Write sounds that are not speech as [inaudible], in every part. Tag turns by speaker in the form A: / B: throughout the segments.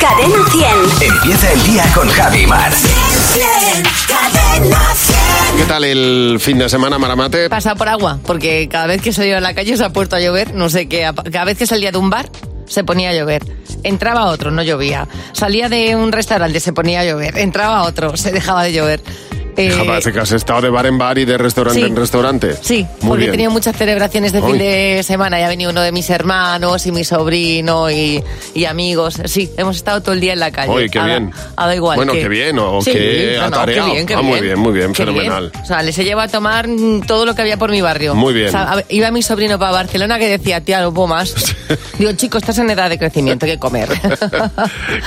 A: Cadena 100.
B: Empieza el día con Javi Mar.
A: Cadena 100.
C: ¿Qué tal el fin de semana, Maramate?
D: Pasa por agua, porque cada vez que salía a la calle se ha puesto a llover, no sé qué, apa- cada vez que salía de un bar se ponía a llover. Entraba otro, no llovía. Salía de un restaurante, se ponía a llover. Entraba otro, se dejaba de llover. Eh,
C: Hija, Parece que has estado de bar en bar y de restaurante
D: sí.
C: en restaurante.
D: Sí,
C: Muy
D: porque
C: bien.
D: he tenido muchas celebraciones de
C: Ay.
D: fin de semana y ha venido uno de mis hermanos y mi sobrino y, y amigos. Sí, hemos estado todo el día en la calle.
C: Ay, qué
D: Ha da-
C: bien.
D: Ha dado igual.
C: Bueno,
D: que-
C: qué bien, o qué atareado.
D: qué bien, qué
C: Ah, muy bien, muy bien,
D: Qué
C: fenomenal.
D: O sea, les he llevado a tomar mm, todo lo que había por mi barrio.
C: Muy bien.
D: O sea, a- iba mi sobrino para Barcelona que decía, tía, no puedo más. Digo, chico, estás en edad de crecimiento, hay que comer.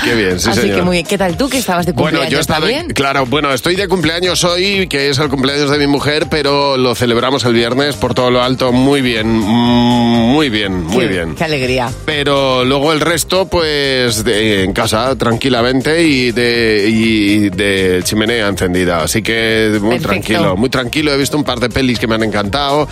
C: Qué bien, [laughs] sí,
D: Así
C: señor.
D: que muy bien. ¿Qué tal tú que estabas de cumpleaños
C: Bueno, yo he estado-
D: también?
C: claro, bueno, estoy de cumpleaños hoy, que es el cumpleaños de mi mujer, pero lo celebramos el viernes por todo lo alto, muy bien, mm, muy bien, muy
D: Qué-
C: bien.
D: Qué alegría.
C: Pero luego el resto, pues de- en casa, tranquilamente y de, y de chimenea encendida. Así que muy
D: Perfecto.
C: tranquilo, muy tranquilo. He visto un par de pelis que me han encantado.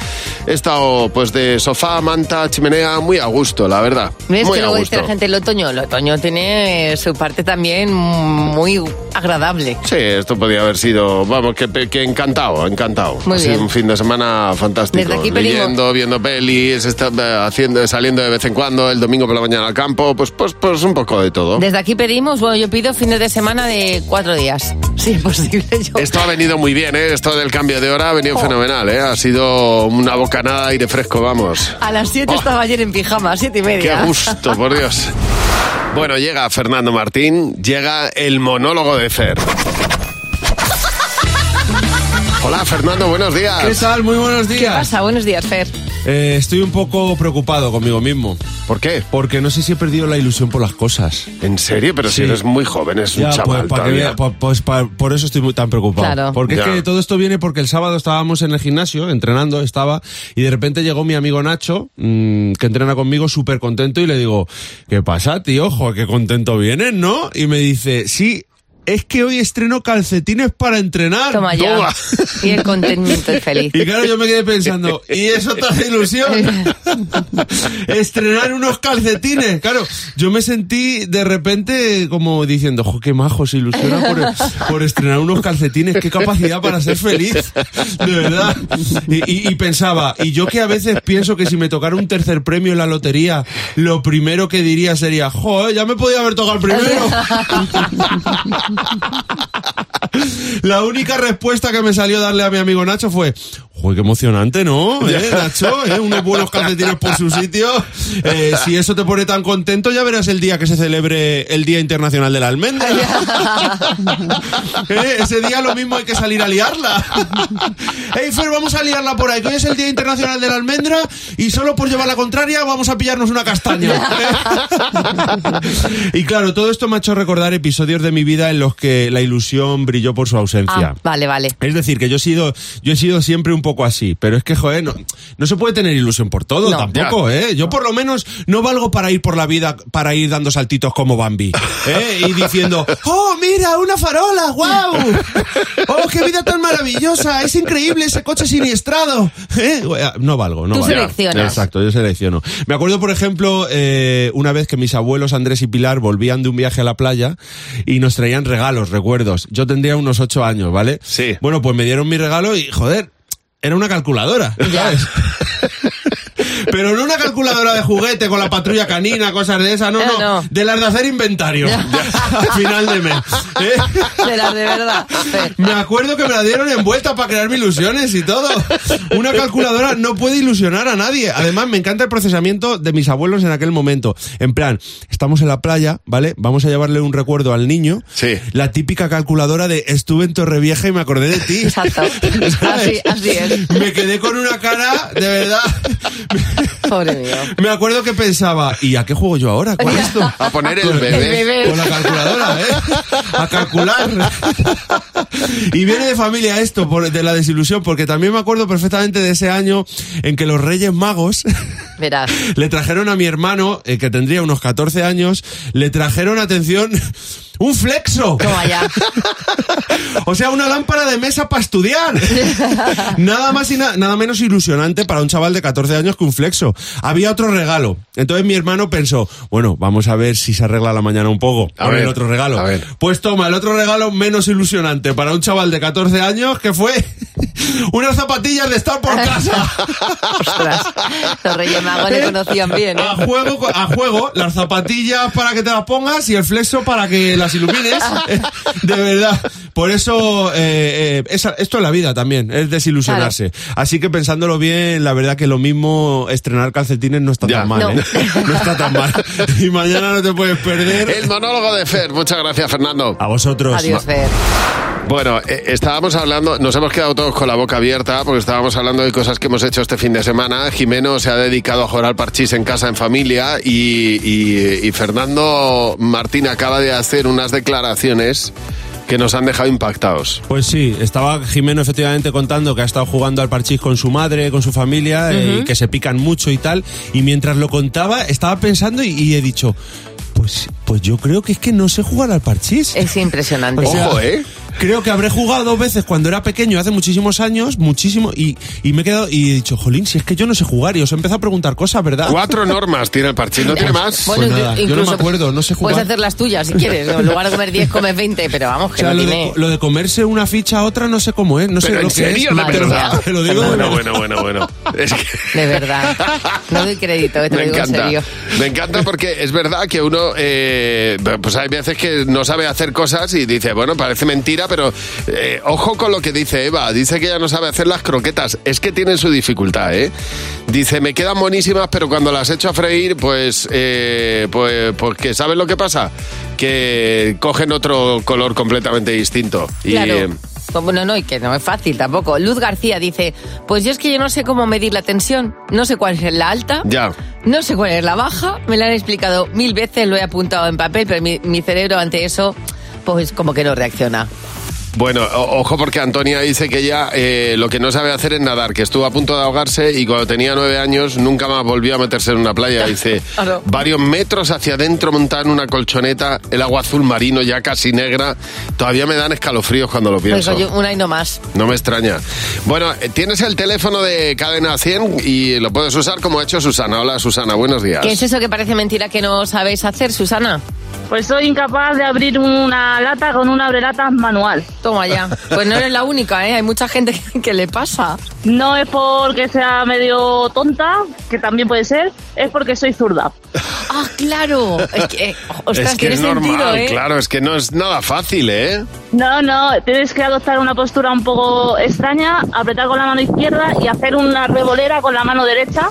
C: He estado pues de sofá, manta, chimenea, muy a gusto, la verdad.
D: ¿Ves
C: muy
D: que
C: a
D: luego dice
C: gusto.
D: la gente el otoño? El otoño tiene eh, su parte también muy agradable.
C: Sí, esto podía haber sido, vamos, que, que encantado, encantado.
D: Muy
C: ha sido
D: bien.
C: un fin de semana fantástico.
D: Desde aquí pedimos-
C: Leyendo, viendo pelis, esta- eh, haciendo, saliendo de vez en cuando, el domingo por la mañana al campo, pues, pues, pues un poco de todo.
D: Desde aquí pedimos, bueno, yo pido fines de semana de cuatro días. [laughs] Si es posible, yo.
C: Esto ha venido muy bien, ¿eh? Esto del cambio de hora ha venido fenomenal, ¿eh? Ha sido una bocanada de aire fresco, vamos.
D: A las 7 estaba ayer en pijama, siete y
C: Oh. Qué
D: media.
C: gusto, por Dios. Bueno, llega Fernando Martín, llega el monólogo de Fer. Hola, Fernando, buenos
E: ¿Qué
C: días.
E: tal? Muy buenos
D: ¿Qué
E: días.
D: pasa? [laughs] Buenos días, Fer.
E: Eh, estoy un poco preocupado conmigo mismo.
C: ¿Por qué?
E: Porque no sé si he perdido la ilusión por las cosas.
C: ¿En serio? Pero si
E: Sí.
C: eres muy joven, ¿eh? es un
E: Ya,
C: chaval
E: pues, para que
C: todavía.
E: vea- pa- pues, pa- por eso estoy muy tan preocupado.
D: Claro.
E: Porque
C: Ya.
E: es que todo esto viene porque el sábado estábamos en el gimnasio, entrenando, estaba, y de repente llegó mi amigo Nacho, mm, que entrena conmigo, súper contento, y le digo, ¿qué pasa, tío? Ojo, qué contento vienes, ¿no? Y me dice, sí, es que hoy estreno calcetines para entrenar.
D: Toma ya.
C: Toma.
D: Y el contentamiento es feliz.
E: [laughs] Y claro, yo me quedé pensando, ¿y eso te hace
D: [laughs]
E: ilusión? Estrenar unos calcetines. Claro, yo me sentí de repente como diciendo, jo, qué majo, se ilusiona por, por estrenar unos calcetines, qué capacidad para ser feliz, de verdad. Y, y- y pensaba, y yo que a veces pienso que si me tocara un tercer premio en la lotería, lo primero que diría sería, jo, ya me podía haber tocado el primero. La única respuesta que me salió darle a mi amigo Nacho fue, joder, qué emocionante, ¿no? ¿Eh, Nacho, ¿Eh? unos buenos calcetines por su sitio. Eh, si eso te pone tan contento, ya verás el día que se celebre el Día Internacional de la Almendra. [laughs] Eh, Ese día lo mismo hay que salir a liarla. [laughs] Ey, Fer, vamos a liarla por ahí, que hoy es el Día Internacional de la Almendra y solo por llevar la contraria vamos a pillarnos una castaña.
D: [laughs]
E: y claro, todo esto me ha hecho recordar episodios de mi vida en los que la ilusión brilló por su ausencia.
D: Ah, vale, vale.
E: Es decir, que yo he sido, yo he sido siempre un poco así, pero es que, joder, no, no se puede tener ilusión por todo
D: No.
E: tampoco, ¿eh? Yo por lo menos no valgo para ir por la vida, para ir dando saltitos como Bambi, ¿eh? Y diciendo, ¡oh, mira, una farola, [laughs] guau! ¡Oh, qué vida tan maravillosa! ¡Es increíble ese coche siniestrado! ¿Eh? No valgo, no
D: Tú
E: valgo.
D: seleccionas.
E: Exacto, yo selecciono. Me acuerdo, por ejemplo, eh, una vez que mis abuelos Andrés y Pilar volvían de un viaje a la playa y nos traían regalos, recuerdos. Yo tendría unos ocho años, ¿vale?
C: Sí.
E: Bueno, pues me dieron mi regalo y, joder, era una calculadora, ¿sabes? [laughs] Pero no una calculadora de juguete con la patrulla canina, cosas de esas, no,
D: No,
E: no,
D: no.
E: de las de hacer inventario. [laughs] Al final de mes. ¿eh?
D: [laughs] De las de verdad, Fer.
E: Me acuerdo que me la dieron envuelta para crearme ilusiones y todo. Una calculadora no puede ilusionar a nadie. Además, me encanta el procesamiento de mis abuelos en aquel momento. En plan, estamos en la playa, ¿vale? Vamos a llevarle un recuerdo al niño.
C: Sí.
E: La típica calculadora de estuve en Torrevieja y me acordé de ti.
D: Exacto. Así,
E: ¿Sabes?
D: así es.
E: Me quedé con una cara, de verdad.
D: Pobre mío.
E: [laughs] Me acuerdo que pensaba, ¿y a qué juego yo ahora? ¿Cuál es esto?
C: A poner el
E: Con-
C: bebé.
D: Ah, El bebé.
E: Con la calculadora, ¿eh? A calcular. Y viene de familia esto, por- de la desilusión, porque también me acuerdo perfectamente de ese año en que los Reyes Magos
D: Verás.
E: le trajeron a mi hermano, eh, que tendría unos 14 años, le trajeron, atención, [laughs] ¡Un flexo!
D: Toma ya.
E: [laughs] O sea, una lámpara de mesa para estudiar. [laughs] nada más y na- nada menos ilusionante para un chaval de 14 años que un flexo. Había otro regalo. Entonces mi hermano pensó, bueno, vamos a ver si se arregla la mañana un poco.
C: A
E: A ver
C: ver,
E: el otro regalo.
C: a ver.
E: Pues toma, el otro regalo menos ilusionante para un chaval de 14 años que fue [laughs] unas zapatillas de estar
D: [laughs]
E: por casa.
D: Ostras, los Reyes
E: [laughs]
D: Magos le conocían bien, ¿eh?
E: A juego, co- a juego, las zapatillas para que te las pongas y el flexo para que las
D: [laughs]
E: ilumines. De verdad. Por eso, eh, eh, esa- esto es la vida también, es desilusionarse. Así que pensándolo bien, la verdad que lo mismo estrenar calcetines no está
C: Ya.
E: tan mal,
D: No.
E: ¿eh? [laughs] No está tan
D: [laughs]
E: mal. Y mañana no te puedes perder.
C: El monólogo de Fer. Muchas gracias, Fernando.
E: A vosotros.
D: Adiós, Fer.
C: Bueno, eh, estábamos hablando, nos hemos quedado todos con la boca abierta porque estábamos hablando de cosas que hemos hecho este fin de semana. Jimeno se ha dedicado a jugar parchís en casa, en familia, y, y- y Fernando Martín acaba de hacer unas declaraciones que nos han dejado impactados.
E: Pues sí, estaba Jimeno efectivamente contando que ha estado jugando al parchís con su madre, con su familia, eh, y que se pican mucho y tal. Y mientras lo contaba, estaba pensando y, y he dicho, pues, pues yo creo que es que no sé jugar al parchís.
D: Es impresionante.
E: O sea,
C: Ojo, ¿eh?
E: Creo que habré jugado dos veces cuando era pequeño, hace muchísimos años, muchísimo, y, y me he quedado y he dicho, jolín, si es que yo no sé jugar, y os he empezado a preguntar cosas, ¿verdad?
C: Cuatro normas tiene el parchís, no
E: [laughs]
C: tiene más.
E: Pues nada, yo no me acuerdo, no sé jugar.
D: Puedes hacer las tuyas si quieres. En lugar de comer 10, comes 20, pero vamos,
E: O
D: que
E: sea,
D: no
E: lo, de,
D: tiene.
E: lo de comerse una ficha a otra no sé cómo es, no sé
C: Pero
E: lo
C: en
E: que
C: serio,
E: es.
C: de
D: Madre
C: verdad.
D: mía.
E: [laughs] Te lo digo de
C: bueno,
E: verdad.
C: bueno, bueno, bueno. Es que-
D: De verdad. No doy crédito, eh, te
C: Me
D: lo digo
C: encanta.
D: en serio.
C: Me encanta porque es verdad que uno, eh, pues hay veces que no sabe hacer cosas y dice, bueno, parece mentira, pero eh, ojo con lo que dice Eva. Dice que ella no sabe hacer las croquetas. Es que tienen su dificultad, ¿eh? Dice, me quedan buenísimas, pero cuando las echo a freír, pues, eh, pues, pues que ¿sabes lo que pasa? Que cogen otro color completamente distinto. Y, eh,
D: Claro. Como no, no, y que no es fácil tampoco. Luz García dice, pues yo es que yo no sé cómo medir la tensión, no sé cuál es la alta,
C: Ya.
D: no sé cuál es la baja, me la han explicado mil veces, lo he apuntado en papel, pero mi, mi cerebro ante eso, pues como que no reacciona.
C: Bueno, o- ojo porque Antonia dice que ella eh, lo que no sabe hacer es nadar, que estuvo a punto de ahogarse y cuando tenía nueve años nunca más volvió a meterse en una playa. Dice,
D: [laughs] Claro.
C: varios metros hacia adentro montada en una colchoneta, el agua azul marino ya casi negra. Todavía me dan escalofríos cuando lo
D: Pues
C: pienso.
D: oye, una y no más.
C: No me extraña. Bueno, eh, tienes el teléfono de Cadena 100 y lo puedes usar como ha hecho Susana. Hola Susana, buenos días.
D: ¿Qué es eso que parece mentira que no sabéis hacer, Susana?
A: Pues soy incapaz de abrir una lata con una abrelata manual.
C: [laughs]
D: Toma ya. Pues no eres la única, ¿eh? Hay mucha gente que le pasa.
A: No es porque sea medio tonta, que también puede ser, es porque soy zurda.
D: [laughs] Ah, claro. Es que, eh,
C: es
D: ostras,
C: que
D: tiene
C: es normal,
D: sentido, ¿eh?
C: claro, es que no es nada fácil, ¿eh?
A: No, no, tienes que adoptar una postura un poco extraña, apretar con la mano izquierda y hacer una revolera con la mano derecha.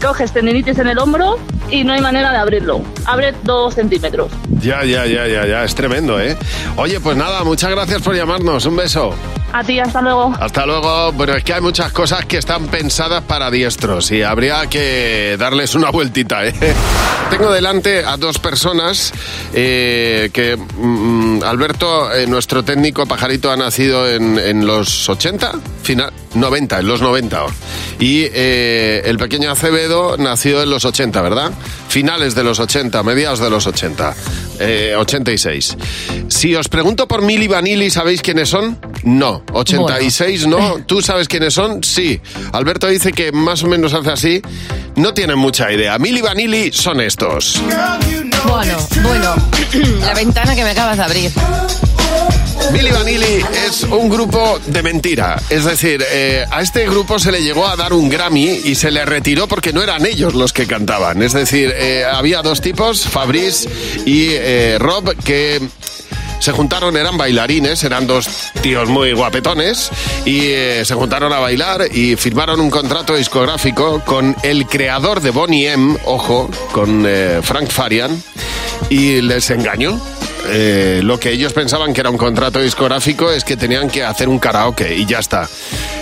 A: Coges tendinitis en el hombro y no hay manera de abrirlo. Abre dos centímetros.
C: Ya, ya, ya, ya, ya, es tremendo, ¿eh? Oye, pues nada, muchas gracias por llamarnos, un beso.
A: A ti, hasta luego.
C: Hasta luego, bueno, es que hay muchas cosas que están pensadas para diestros y habría que darles una vueltita, ¿eh? [laughs] Tengo delante a dos personas eh, que mm, Alberto, eh, nuestro técnico pajarito, ha nacido en, en los 80, final, 90, en los 90. Y eh, el pequeño Acevedo nació en los 80, ¿verdad? Finales de los 80, mediados de los 80, eh, 86. Si os pregunto por Mili Vanilli, ¿sabéis quiénes son? No, 86 no. ¿Tú sabes quiénes son? Sí. Alberto dice que más o menos hace así. No tienen mucha idea. Mili Vanilli son estos.
D: Bueno, bueno, la ventana que me acabas de abrir.
C: Mili Vanilli es un grupo de mentira. Es decir, eh, a este grupo se le llegó a dar un Grammy y se le retiró porque no eran ellos los que cantaban. Es decir, eh, había dos tipos, Fabrice y eh, Rob, que se juntaron, eran bailarines, eran dos tíos muy guapetones y eh, se juntaron a bailar y firmaron un contrato discográfico con el creador de Bonnie M, ojo, con eh, Frank Farian, y les engañó. Eh, lo que ellos pensaban que era un contrato discográfico es que tenían que hacer un karaoke y ya está.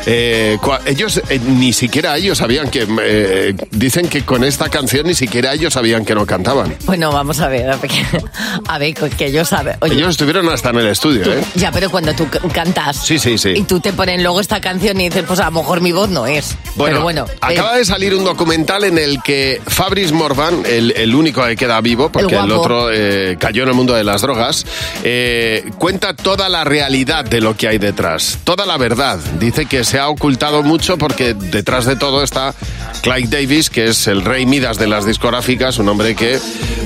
C: Eh, cua- ellos, eh, ni siquiera ellos sabían que, eh, dicen que con esta canción ni siquiera ellos sabían que no cantaban.
D: Bueno, vamos a ver, a ver, que- a ver, que yo sabe. Oye,
C: Ellos estuvieron hasta en el estudio, ¿eh?
D: ya, pero cuando tú c- cantas
C: Sí, sí, sí.
D: y tú te ponen luego esta canción y dices, pues a lo mejor mi voz no es. pero bueno,
C: acaba
D: eh,
C: de salir un documental en el que Fabrice Morvan, el, el único que queda vivo, porque el,
D: guapo.
C: otro eh, cayó en el mundo de las drogas, eh, cuenta toda la realidad de lo que hay detrás, toda la verdad. Dice que se ha ocultado mucho porque detrás de todo está Clyde Davis, que es el rey Midas de las discográficas, un hombre que,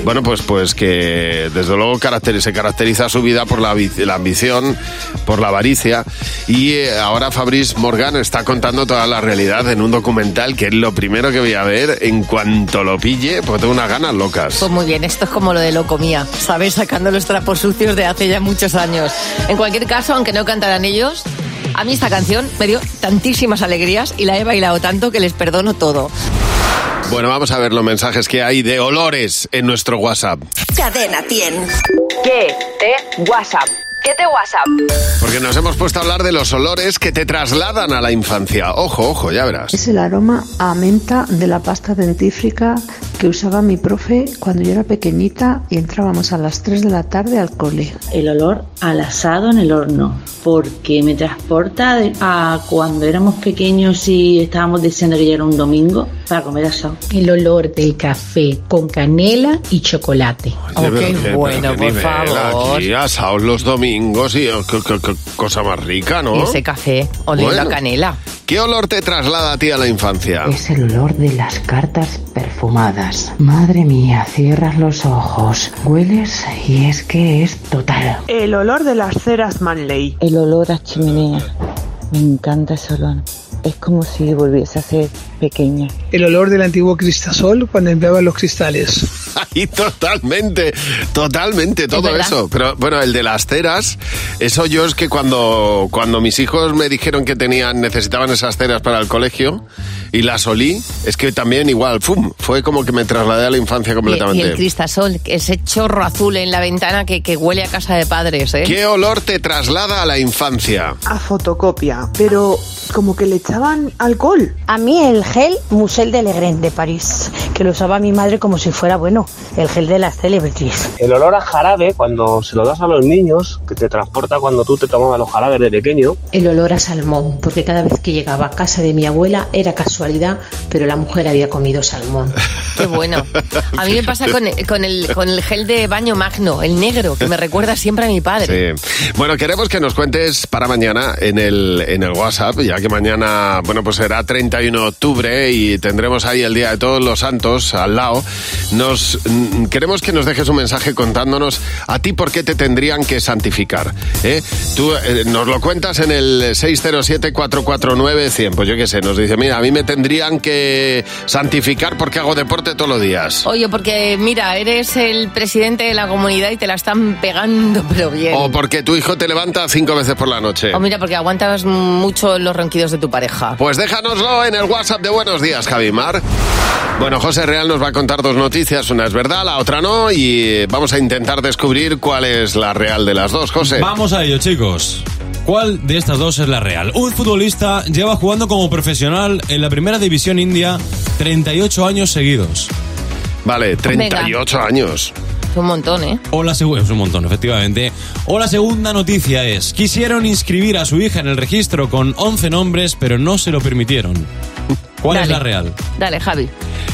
C: bueno, pues, pues que desde luego caracter- se caracteriza su vida por la, vi- la ambición, por la avaricia. Y eh, ahora Fabrice Morgan está contando toda la realidad en un documental que es lo primero que voy a ver en cuanto lo pille, porque tengo unas ganas locas.
D: Pues muy bien, esto es como lo de Locomía, ¿sabes? Sacando los trapos sucios de hace ya muchos años. En cualquier caso, aunque no cantaran ellos, a mí esta canción me dio tantísimas alegrías y la he bailado tanto que les perdono todo.
C: Bueno, vamos a ver los mensajes que hay de olores en nuestro WhatsApp.
F: Cadena 100. ¿Qué te WhatsApp? ¿Qué te WhatsApp?
C: Porque nos hemos puesto a hablar de los olores que te trasladan a la infancia. Ojo, ojo, ya verás.
G: Es el aroma a menta de la pasta dentífrica que usaba mi profe cuando yo era pequeñita y entrábamos a las 3 de la tarde al cole.
H: el olor al asado en el horno, porque me transporta de- a cuando éramos pequeños y estábamos diciendo que ya era un domingo para comer asado.
I: El olor del café con canela y chocolate.
J: Ah,
C: Oh. bueno, por favor. Aquí asados los domingos y oh, qué- qué- qué cosa más rica, ¿no?
D: Y ese café oliendo
C: Bueno.
D: a canela.
C: ¿Qué olor te traslada a ti a la infancia? [laughs]
K: Es el olor de las cartas perfumadas. Madre mía, cierras los ojos, hueles y es que es total.
L: El olor de las ceras Manley. El olor a chimenea. Me encanta ese olor. Es como si volviese a ser pequeña.
M: El olor del antiguo cristasol cuando empleaban los cristales.
C: Y totalmente, totalmente, todo
M: verdad.
C: eso. Pero bueno, el de las ceras, eso yo es que cuando, cuando mis hijos me dijeron que tenían, necesitaban esas ceras para el colegio y las olí, es que también igual, ¡fum! Fue como que me trasladé a la infancia
D: Y, y
C: completamente.
D: el cristasol, ese chorro azul en la ventana que, que huele a casa de padres, ¿eh?
C: ¿Qué olor te traslada a la infancia?
L: A fotocopia, pero como que le echaban alcohol.
N: A mí el gel Musel de Legrand de París, que lo usaba mi madre como si fuera, bueno, el gel de las celebrities.
J: El olor a jarabe, cuando se lo das a los niños, que te transporta cuando tú te tomabas los jarabes de pequeño.
O: El olor a salmón, porque cada vez que llegaba a casa de mi abuela era casualidad, pero la mujer había comido salmón.
D: Qué bueno. A mí me pasa con, con el, con el gel de baño magno, el negro, que me recuerda siempre a mi padre.
C: Sí. Bueno, queremos que nos cuentes para mañana en el, en el WhatsApp, ya que mañana, bueno, pues será 31 de octubre y tendremos ahí el Día de Todos los Santos al lado. Nos, mm, queremos que nos dejes un mensaje contándonos a ti por qué te tendrían que santificar. ¿eh? Tú eh, nos lo cuentas en el 607-449-100. Pues yo qué sé, nos dice, mira, a mí me tendrían que santificar porque hago deporte todos los días.
D: Oye, porque mira, eres el presidente de la comunidad y te la están pegando, pero bien.
C: O porque tu hijo te levanta cinco veces por la noche.
D: O mira, porque aguantas mucho los ronquidos de tu pareja.
C: Pues déjanoslo en el WhatsApp de Buenos Días, Javimar. Bueno, José Real nos va a contar dos noticias. Una es verdad, la otra no. Y vamos a intentar descubrir cuál es la real de las dos, José.
P: Vamos a ello, chicos. ¿Cuál de estas dos es la real? Un futbolista lleva jugando como profesional en la primera división india 38 años seguidos.
C: Vale, 38 años.
D: Es un montón, ¿eh?
P: O la segu- es un montón, efectivamente. O la segunda noticia es, quisieron inscribir a su hija en el registro con 11 nombres, pero no se lo permitieron. ¿Cuál es la real?
D: Dale, Javi.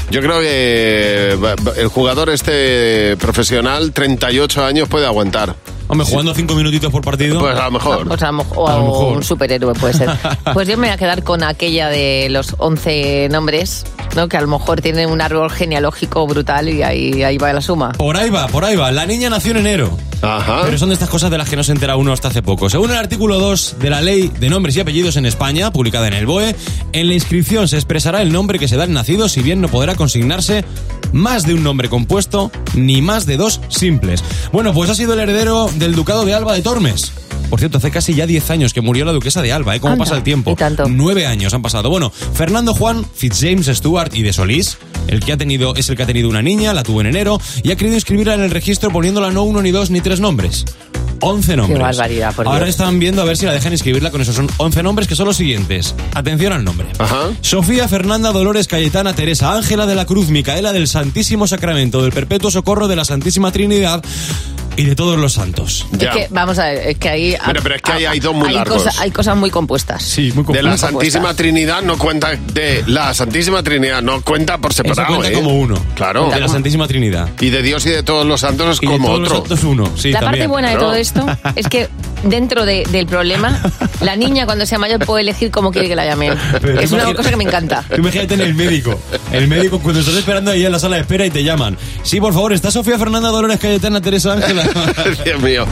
C: Yo creo que va- va- el jugador este profesional, 38 años, puede aguantar.
P: Hombre, jugando 5 minutitos por partido. Ah,
C: Pues a lo mejor.
D: O sea, a lo mejor- o
C: A lo mejor.
D: un superhéroe puede ser. [laughs] Pues yo me voy a quedar con aquella de los 11 nombres, ¿no? Que a lo mejor tienen un árbol genealógico brutal y ahí, ahí va la suma.
P: Por ahí va, por ahí va. La niña nació en enero. Pero son de estas cosas de las que no se entera uno hasta hace poco. Según el artículo 2 de la Ley de Nombres y Apellidos en España, publicada en el BOE, en la inscripción se expresará el nombre que se da al nacido, si bien no podrá consignarse más de un nombre compuesto ni más de dos simples. Bueno, pues ha sido el heredero del Ducado de Alba de Tormes. Por cierto, hace casi ya 10 años que murió la duquesa de Alba, ¿eh? ¿Cómo
D: Anda,
P: pasa el tiempo? Nueve años han pasado. Bueno, Fernando Juan, Fitzjames Stewart y de Solís, el que ha tenido, es el que ha tenido una niña, la tuvo en enero, y ha querido inscribirla en el registro poniéndola no uno, ni dos, ni tres nombres. 11 nombres.
D: barbaridad, por
P: Ahora
D: Dios.
P: están viendo a ver si la dejan inscribirla con esos son 11 nombres que son los siguientes. Atención al nombre. Sofía Fernanda Dolores Cayetana Teresa Ángela de la Cruz Micaela del Santísimo Sacramento del Perpetuo Socorro de la Santísima Trinidad y de todos los santos.
D: Es que, vamos a ver, es que ahí.
C: Pero- pero es que ahí hay dos muy
D: hay
C: largos.
D: cosa- hay cosas muy compuestas.
P: Sí, muy
C: De la
D: compuestas.
C: Santísima Trinidad no cuenta. De la Santísima Trinidad no cuenta por separado.
P: Eso cuenta
C: ¿eh?
P: como uno.
C: Claro.
P: De la Santísima Trinidad.
C: Y de Dios y de todos los santos es como
P: todos los
C: otro.
P: santos uno. Sí,
D: la parte buena de todo esto
C: [laughs]
D: es que dentro de- del problema, la niña cuando sea mayor puede elegir cómo quiere que la llamen.
P: [laughs] Pero
D: es una
P: imagina-
D: cosa que me encanta.
P: Tú imagínate en el médico. El médico cuando estás esperando ahí en la sala de espera y te llaman. Sí, por favor, está Sofía Fernanda Dolores Cayetana Teresa Ángela.
C: [laughs] Dios mío.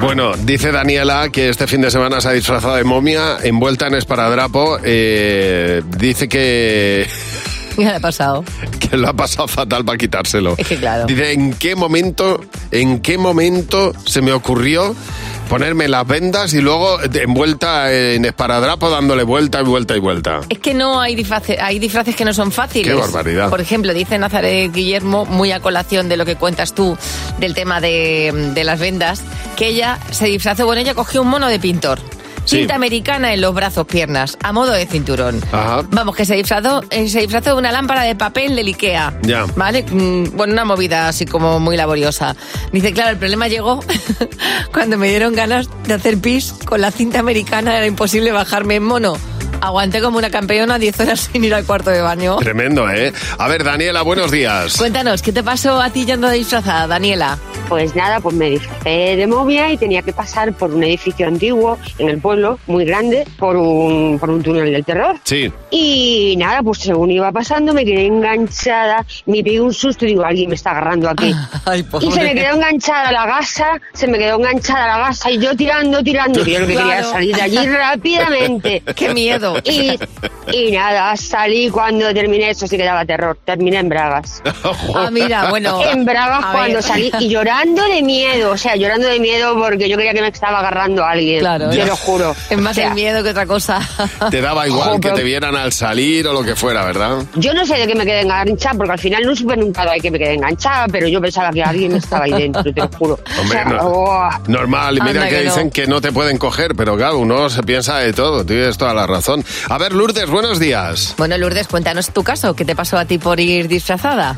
C: Bueno, dice Daniela que este fin de semana se ha disfrazado de momia, envuelta en esparadrapo. eh, dice que, [laughs]
D: Ya le ha pasado.
C: que lo ha pasado fatal para quitárselo.
D: Es que claro.
C: Dice, ¿en qué momento, en qué momento se me ocurrió ponerme las vendas y luego de- envuelta en esparadrapo dándole vuelta y vuelta y vuelta?
D: Es que no hay disfraces, hay disfraces que no son fáciles.
C: Qué barbaridad.
D: Por ejemplo, dice Nazaret Guillermo, muy a colación de lo que cuentas tú del tema de, de las vendas, que ella se disfrazó, bueno, ella cogió un mono de pintor.
Q: Sí.
D: Cinta americana en los brazos, piernas, a modo de cinturón. Vamos, que se disfrazó, eh, se disfrazó de una lámpara de papel del Ikea.
Q: Ya.
D: ¿Vale? Mm, Bueno, una movida así como muy laboriosa. Dice, claro, el problema llegó [laughs] cuando me dieron ganas de hacer pis con la cinta americana, era imposible bajarme en mono. Aguanté como una campeona 10 horas [laughs] sin ir al cuarto de baño.
C: Tremendo, ¿eh? A ver, Daniela, buenos días. [laughs]
D: Cuéntanos, ¿qué te pasó a ti yendo disfrazada, Daniela?
Q: Pues nada, pues me disfrazé de momia y tenía que pasar por un edificio antiguo en el pueblo, muy grande, por un, por un túnel del terror.
C: Sí.
Q: Y nada, pues según iba pasando me quedé enganchada, me pegué un susto y digo, alguien me está agarrando aquí.
D: [laughs]
Q: y se me
D: pobre.
Q: quedó enganchada la gasa, se me quedó enganchada la gasa y yo tirando, tirando. que Yo lo que quería
D: Claro.
Q: era salir
D: [laughs]
Q: de allí rápidamente.
D: Qué miedo.
Q: Y, y nada, salí cuando terminé, eso sí que daba terror, terminé en bragas.
D: Ah, mira, bueno,
Q: [laughs] En bragas
D: a
Q: cuando
D: ver.
Q: salí y llorando de miedo, o sea, llorando de miedo porque yo creía que me estaba agarrando a alguien.
D: Claro,
Q: te
C: es-
Q: lo juro.
D: [laughs] Es más el miedo que otra cosa.
C: [laughs] Te daba
Q: Jo,
C: igual que
Q: pero-
C: te vieran al salir o lo que fuera, ¿verdad?
Q: Yo no sé de qué me quedé enganchada, porque al final no supe nunca de qué me quedé enganchada, pero yo pensaba que alguien estaba ahí dentro, te lo juro. oh,
C: Hombre, no-
Q: ¡buah!
C: normal. Mira
Q: Anda
C: que,
Q: que no.
C: dicen que no te pueden coger, pero claro, uno se piensa de todo. Tienes toda la razón. A ver, Lourdes, buenos días.
D: Bueno, Lourdes, cuéntanos tu caso. ¿Qué te pasó a ti por ir disfrazada?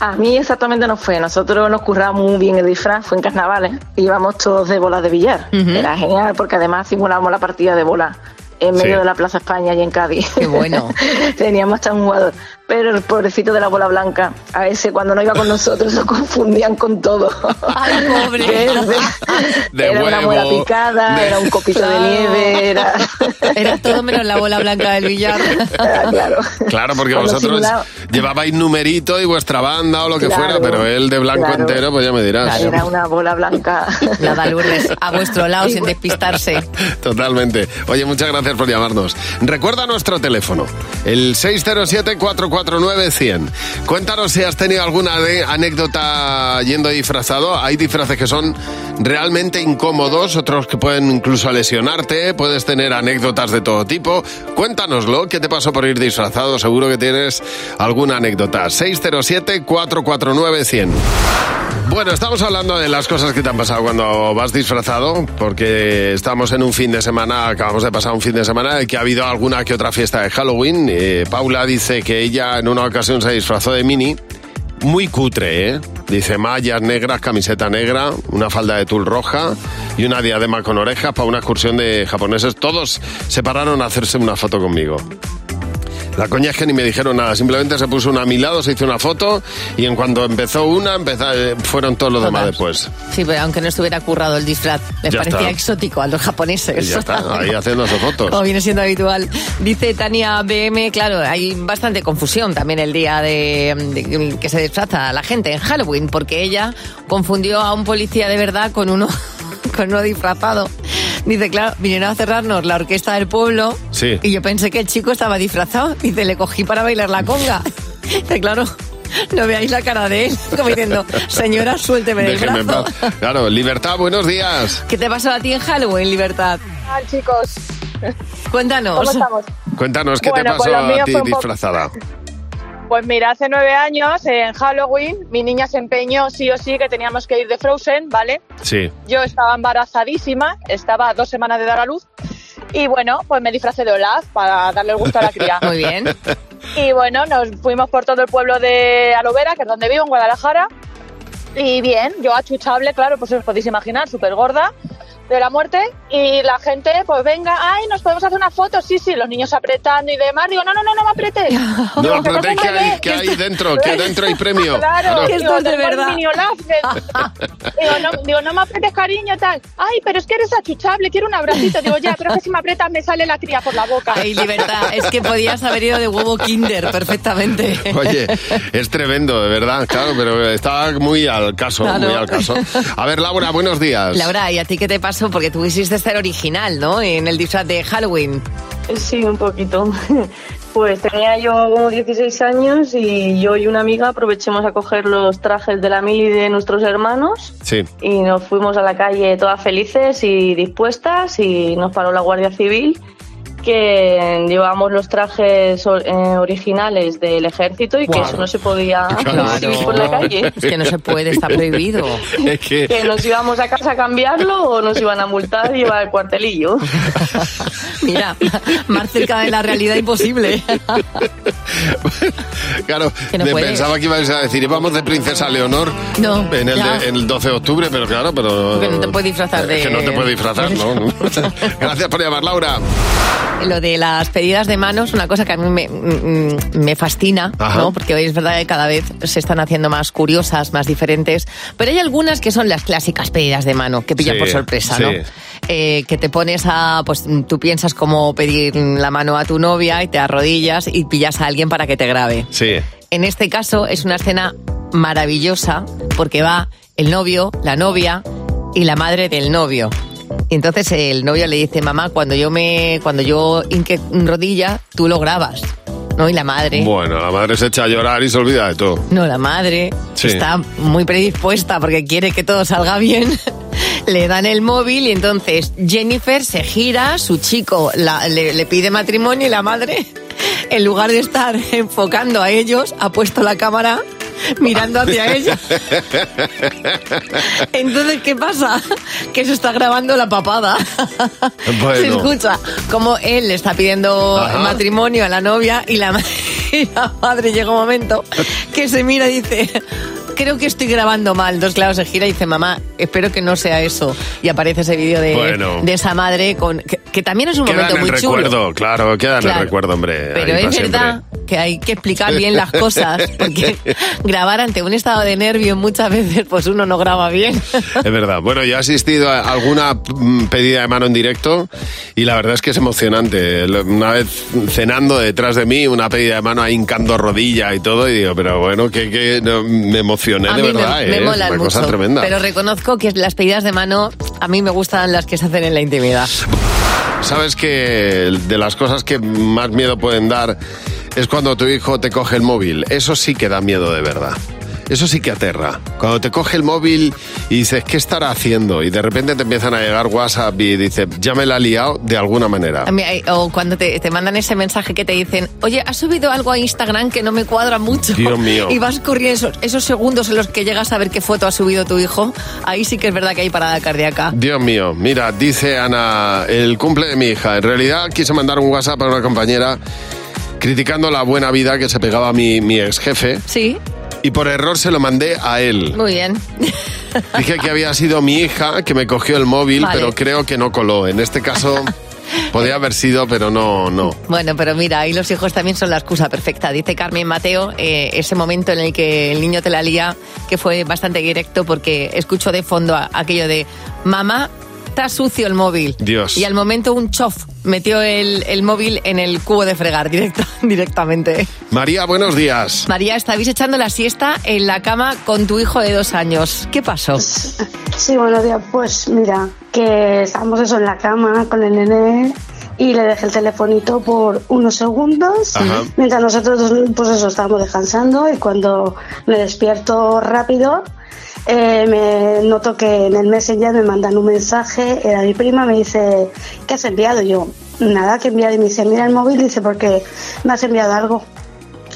R: A mí exactamente no fue. Nosotros nos curramos muy bien el disfraz, fue en carnavales. Íbamos todos de bolas de billar.
D: Ujú.
R: Era genial porque además simulamos la partida de bola en medio
D: Sí.
R: de la Plaza España y en Cádiz.
D: Qué bueno.
R: [laughs] Teníamos hasta un jugador. Pero el pobrecito de la bola blanca, a ese cuando no iba con nosotros lo confundían con todo.
D: ¡Ay, pobre!
R: [laughs] era una
D: huevo,
R: muela picada, era un copito de nieve, era...
D: Era todo menos la bola blanca del
R: [laughs]
D: billar.
R: claro.
C: Claro,
R: [laughs]
C: porque
R: Cuando
C: vosotros
R: simulaba-
C: llevabais numerito y vuestra banda o lo que
R: Claro,
C: fuera, pero él de blanco
R: claro.
C: entero, pues ya me dirás.
R: Era una bola blanca.
D: Nada, Lourdes, a
R: [laughs]
D: vuestro lado sin despistarse.
C: [laughs] Totalmente. Oye, muchas gracias por llamarnos. Recuerda nuestro teléfono, el 607-449-100. Cuéntanos si has tenido alguna de- anécdota yendo disfrazado. Hay disfraces que son realmente incómodos, otros que pueden incluso lesionarte, puedes tener anécdotas de todo tipo. Cuéntanoslo, ¿qué te pasó por ir disfrazado? Seguro que tienes alguna anécdota. 607-449-100. Bueno, estamos hablando de las cosas que te han pasado cuando vas disfrazado, porque estamos en un fin de semana, acabamos de pasar un fin de semana, y que ha habido alguna que otra fiesta de Halloween. Eh, Paula dice que ella en una ocasión se disfrazó de mini, muy cutre, ¿eh? Dice mallas negras, camiseta negra, una falda de tul roja y una diadema con orejas para una excursión de japoneses. Todos se pararon a hacerse una foto conmigo. La coña es que ni me dijeron nada, simplemente se puso una a mi lado, se hizo una foto y en cuanto empezó una, empeza- eh, fueron todos los demás después.
D: Sí, pero aunque no estuviera currado el disfraz, les
C: Ya
D: parecía
C: está.
D: exótico a los
C: Y
D: japoneses.
C: ya está, ahí haciéndose
D: Como
C: fotos.
D: viene siendo habitual. Dice Tania BM, claro, hay bastante confusión también el día de, de- que se disfraza la gente en Halloween, porque ella confundió a un policía de verdad con uno, [laughs] con uno disfrazado. Dice, claro, vinieron a cerrarnos la orquesta del pueblo
C: Sí.
D: y yo pensé que el chico estaba disfrazado. Dice, le cogí para bailar la
C: [laughs]
D: conga. Dice, claro, no veáis la cara de él, como diciendo, señora, suélteme del
C: Déjenme en
D: brazo.
C: paz. Claro, libertad, buenos días.
D: ¿Qué te pasó a ti en Halloween, Libertad?
S: Ah, chicos.
D: Cuéntanos.
S: ¿Cómo estamos?
C: Cuéntanos qué
S: Bueno,
C: te
S: pues
C: pasó
S: lo
C: a
S: mío
C: ti
S: fue un poco-
C: disfrazada.
S: [laughs] Pues mira, hace nueve años, en Halloween, mi niña se empeñó sí o sí que teníamos que ir de Frozen, ¿vale?
C: Sí.
S: Yo estaba embarazadísima, estaba a dos semanas de dar a luz. Y bueno, pues me disfracé de Olaf para darle el gusto a la cría.
D: Muy bien.
S: Y bueno, nos fuimos por todo el pueblo de Alovera, que es donde vivo, en Guadalajara. Y bien, yo achuchable, claro, pues os podéis imaginar, súper gorda de la muerte. Y la gente, pues venga, ay, nos podemos hacer una foto. Sí, sí, los niños apretando y demás. Digo, no, no, no, no me
D: [laughs]
S: apretes.
C: No, pero ¿qué hay, qué hay dentro? ¿Qué dentro hay premio?
S: [laughs] Claro,
C: Claro.
S: digo, después mini olaf,
D: [laughs]
S: de- digo, no, digo, no me apretes, cariño, tal. Ay, pero es que eres achuchable, quiero un abracito. Digo, ya, pero es que si me apretas me sale la cría por la boca.
D: Ay, libertad, es que podías haber ido de huevo kinder perfectamente.
C: [laughs] Oye, es tremendo, de verdad, claro, pero está muy al caso,
D: Claro.
C: muy al caso. A ver, Laura, buenos días.
D: Laura, ¿y a ti qué te pasó? Porque tú quisiste ser original, ¿no? En el disfraz de Halloween.
T: Sí, un poquito. [laughs] Pues tenía yo como 16 años y yo y una amiga aprovechamos a coger los trajes de la mili de nuestros hermanos
C: Sí.
T: y nos fuimos a la calle todas felices y dispuestas y nos paró la Guardia Civil que llevábamos los trajes or- eh, originales del ejército y que
C: Guau.
T: eso no se podía exhibir por
C: Oh.
T: la
D: [laughs]
T: calle.
C: [laughs] Es que
T: Que nos íbamos a casa a cambiarlo o nos iban a multar y iba al cuartelillo.
D: Mira, más cerca de la
C: [laughs]
D: realidad imposible.
C: Claro,
D: Que no
C: de-
D: puedes.
C: pensaba que ibas a decir, vamos de princesa Leonor
D: No,
C: en el,
D: ya.
C: de- en el 12 de octubre, pero claro, pero...
D: Que no te puedes disfrazar de-
C: Es Que no te puedes disfrazar, ¿no?
D: [laughs]
C: [laughs] Gracias por llamar, Laura.
D: Lo de las pedidas de manos, una cosa que a mí me, mm, me fascina,
C: Ajá.
D: ¿no? Porque hoy es verdad que cada vez se están haciendo más curiosas, más diferentes. Pero hay algunas que son las clásicas pedidas de mano, que pillan
K: Sí,
D: por sorpresa, ¿no?
K: sí.
D: Eh, que te pones a, pues mm, tú piensas cómo pedir la mano a tu novia y te arrodillas y pillas a alguien para que te grabe.
C: Sí.
D: En este caso es una escena maravillosa porque va el novio, la novia y la madre del novio. Y entonces el novio le dice, mamá, cuando yo me, cuando yo hinque rodilla, tú lo grabas, ¿no? Y la madre,
C: Bueno, la madre se echa a llorar y se olvida de todo.
D: no, la madre
C: Sí.
D: está muy predispuesta porque quiere que todo salga bien. [laughs] Le dan el móvil y entonces Jennifer se gira, su chico la- le, le pide matrimonio y la madre, en lugar de estar [laughs] enfocando a ellos, ha puesto la cámara
C: [laughs]
D: mirando hacia ella. Entonces, ¿qué pasa? Que se está grabando la papada. [laughs] Se
K: Bueno.
D: escucha como él le está pidiendo
K: Ajá.
D: matrimonio a la novia y la, [laughs] ma- y la madre llega un momento que se mira y dice... Creo que estoy grabando mal. Entonces, claro, se gira y dice, mamá, espero que no sea eso. Y aparece ese vídeo de,
C: Bueno.
D: de esa madre con que, que también es un
C: Queda en
D: momento
C: el
D: muy chulo.
C: recuerdo, claro, queda en
D: Claro.
C: el recuerdo, hombre.
D: Pero
C: ahí
D: es
C: pa'
D: verdad que hay que explicar bien
C: [laughs]
D: las cosas, porque grabar ante un estado de nervio muchas veces pues uno no graba bien.
C: Es verdad. Bueno, yo he asistido a alguna mm, pedida de mano en directo y la verdad es que es emocionante. Lo- Una vez cenando detrás de mí, una pedida de mano ahí hincando rodilla y todo, y digo, pero bueno, que, que no, me emocioné
D: a
C: de
D: mí
C: verdad.
D: me,
C: ¿eh?
D: me
C: Es
D: molan
C: una
D: mucho.
C: cosa tremenda.
D: Pero reconozco que las pedidas de mano a mí me gustan las que se hacen en la intimidad.
C: Sabes que de las cosas que más miedo pueden dar es cuando tu hijo te coge el móvil. Eso sí que da miedo de verdad. Eso sí que aterra. Cuando te coge el móvil y dices, ¿qué estará haciendo? Y de repente te empiezan a llegar WhatsApp y dices, ya me la ha liado de alguna manera.
D: A mí hay- o cuando te, te mandan ese mensaje que te dicen, oye, has subido algo a Instagram que no me cuadra mucho.
C: Dios mío.
D: Y vas corriendo esos, esos segundos en los que llegas a ver qué foto ha subido tu hijo. Ahí sí que es verdad que hay parada cardíaca.
C: Dios mío, mira, dice Ana, el cumple de mi hija. En realidad quise mandar un WhatsApp a una compañera criticando la buena vida que se pegaba mi, mi ex jefe.
D: Sí.
C: Y por error se lo mandé a él.
D: Muy bien.
C: Dije que había sido mi hija que me cogió el móvil,
D: Vale.
C: pero creo que no coló. En este caso podría haber sido, pero no, no.
D: Bueno, pero mira, ahí los hijos también son la excusa perfecta. Dice Carmen Mateo, eh, ese momento en el que el niño te la lía, que fue bastante directo porque escuchó de fondo a- aquello de, mamá, está sucio el móvil.
C: Dios.
D: Y al momento un chof metió el, el móvil en el cubo de fregar directa, [laughs] directamente.
C: María, buenos días.
D: María, estabais echando la siesta en la cama con tu hijo de dos años. ¿Qué pasó?
U: Sí, buenos días. Pues mira, que estábamos eso en la cama con el nene y le dejé el telefonito por unos segundos
V: Ajá.
U: mientras nosotros pues eso estábamos descansando y cuando me despierto rápido eh, me noto que en el messenger me mandan un mensaje era mi prima me dice ¿qué has enviado? Y yo nada que he enviado y me dice mira el móvil dice porque me has enviado algo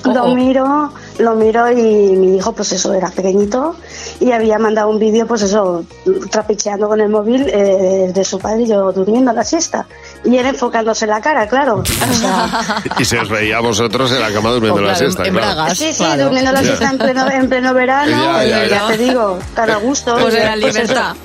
U: lo miro, lo miro y mi hijo, pues eso, era pequeñito y había mandado un vídeo, pues eso, trapicheando con el móvil eh, de su padre y yo durmiendo a la siesta. y él enfocándose en la cara, claro. O sea,
C: Y se os veía a vosotros en la cama durmiendo la siesta, Ah, claro.
U: sí, sí, durmiendo la
C: Ya.
U: siesta en pleno, en pleno verano,
C: Ya, ya,
U: y
C: ya.
U: ya te digo, tan a gusto.
C: Pues era
U: Pues eso.
C: libertad.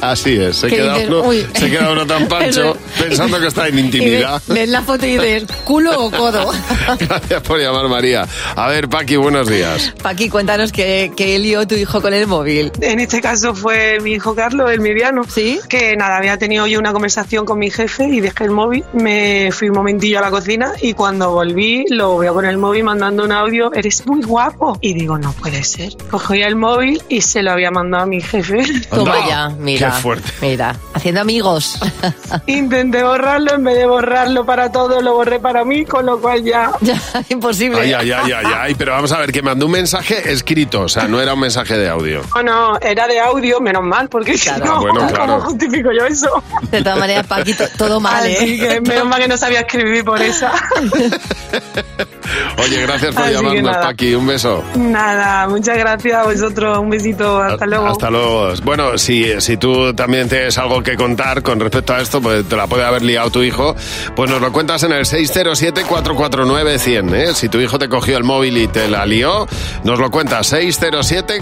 C: Así es, se
D: Que
C: queda,
D: dices,
C: uno,
D: "Uy".
C: se queda uno tan pancho
D: [laughs] Eso
C: pensando que está en
D: [laughs]
C: intimidad.
D: Y ve- Ves la foto y dices, ¿culo o codo?
C: [laughs] Gracias por llamar, María. A ver, Paqui, buenos días.
D: Paqui, cuéntanos que, que lió tu hijo con el móvil.
B: En este caso fue mi hijo Carlos, el mediano, que nada, había tenido yo una conversación con mi jefe y dejé el móvil, me fui un momentillo a la cocina y cuando volví lo veo con el móvil mandando un audio, eres muy guapo. Y digo, no puede ser. Cogí el móvil y se lo había mandado a mi jefe.
D: [laughs] Toma ya, mira.
B: qué fuerte.
D: Mira, haciendo amigos.
B: [laughs] Intenté borrarlo, en vez de borrarlo para todos, lo borré para mí, con lo cual
D: [laughs]
B: ya...
D: imposible.
C: Ay, ay, ay, ay, ay, pero vamos a ver, que mandó un mensaje escrito, o sea, no era un mensaje de audio.
B: Bueno, era de audio, menos mal, porque si
C: Claro.
B: no,
C: Ah, bueno, claro.
B: [laughs] ¿cómo justifico yo eso?
D: De todas maneras, Paquito, todo mal,
B: Así
D: ¿eh?
B: que menos mal que no sabía escribir por
D: [laughs]
B: esa.
C: Oye, gracias por
B: Así que
C: llamarnos,
B: nada.
C: Paqui, un beso.
B: Nada, muchas gracias a vosotros. Un besito, hasta luego.
C: Hasta luego. Bueno, si, si tú también tienes algo que contar con respecto a esto, pues te la puede haber liado tu hijo, pues nos lo cuentas en el 607-449-100. ¿eh? Si tu hijo te cogió el móvil y te la lió, nos lo cuentas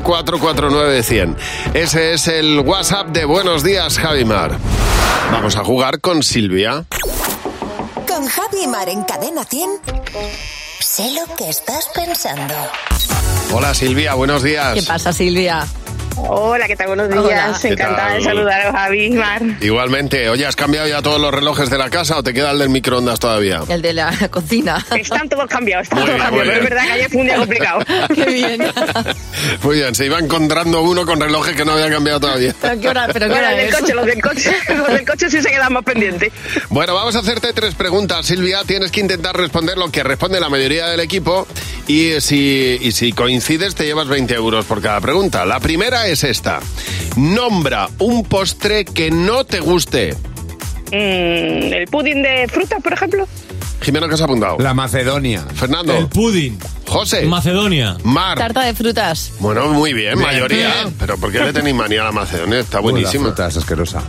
C: 607-449-100. Ese es el WhatsApp de Buenos Días, Javimar. Vamos a jugar con Silvia.
V: Con Javi y Mar en Cadena 100. Sé lo que estás pensando.
C: Hola Silvia, buenos días.
D: ¿Qué pasa, Silvia?
W: Hola, ¿qué tal? Buenos días.
C: ¿Qué
W: Encantada de
C: tal?
W: saludaros, Javi y Mar.
C: Igualmente, oye, ¿has cambiado ya todos los relojes de la casa o te queda el del microondas todavía?
D: El de la [laughs] cocina.
W: Están todos cambiados, están
C: Muy
W: todos
C: bien,
W: cambiados. Pero
C: muy
W: es
C: bien.
W: verdad que ayer fue un día complicado.
D: [laughs] Qué bien.
C: Muy bien, se iba encontrando uno con relojes que no había cambiado todavía.
D: ¿Pero [laughs] qué hora, pero qué hora
W: Bueno,
D: es?
W: los del coche, los del coche, [laughs] los del coche sí se quedan más pendientes.
C: Bueno, vamos a hacerte tres preguntas, Silvia. Tienes que intentar responder lo que responde la mayoría del equipo. Y eh, si, y si coincides, te llevas 20 euros por cada pregunta. La primera es esta. Nombra un postre que no te guste.
W: Mm, el pudding de frutas, por ejemplo.
C: Jimeno, ¿qué has apuntado? La Macedonia. Fernando. El pudding. José.
P: Macedonia.
C: Mar.
D: Tarta de frutas.
C: Bueno, muy bien,
D: Bien.
C: mayoría.
D: Bien.
C: Pero ¿por qué le tenéis manía a la Macedonia? Está buenísima.
X: fruta
C: es asquerosa.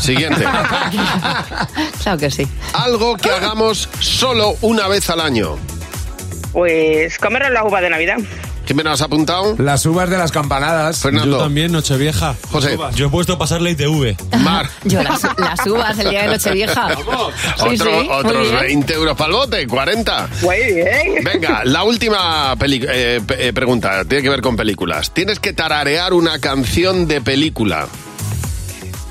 C: Siguiente.
D: claro que sí. Ah.
C: Algo que hagamos solo una vez al año.
W: Pues comer las uvas de Navidad.
C: ¿Quién me has apuntado?
X: Las uvas de las campanadas.
P: Yo también, Nochevieja.
C: José.
P: Yo he puesto pasar la ITV.
C: Mar.
D: [laughs] Yo las, las uvas el día de
C: [laughs]
D: Nochevieja. Sí,
C: Otro-
D: sí, muy
C: otros
D: bien.
C: 20 euros para el bote, 40.
W: Muy bien.
C: Venga, la última peli- eh, pe- eh, pregunta, tiene que ver con películas. Tienes que tararear una canción de
D: [laughs]
C: película.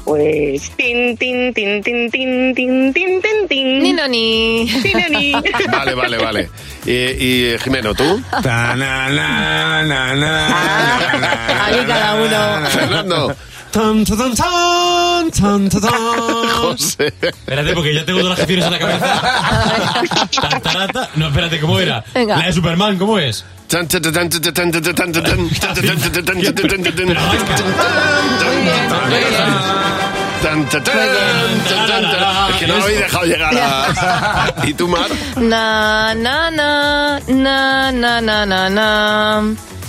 W: Pues tin, tin, tin, tin, tin, tin, tin, tin, tin. Ni no
D: ni.
W: ni.
C: Vale, vale, vale. Y, y, eh, Jimeno, ¿tú?
E: Ahí cada uno.
C: Fernando.
E: Tan, tan, tan, tan, tan, tan, tan.
P: Espérate, porque
C: [laughs]
P: ya tengo todas las canciones en la cabeza.
D: [laughs]
P: Tartarata. No, espérate, ¿cómo era?
C: Venga.
P: La de Superman, ¿cómo es?
C: Tan, tan, tan, tan, tan, tan. Es que no lo habéis dejado llegar
D: [laughs]
C: a... ¿Y tú, Mar? [laughs]
D: Na, na, na, na, na, na, na, na.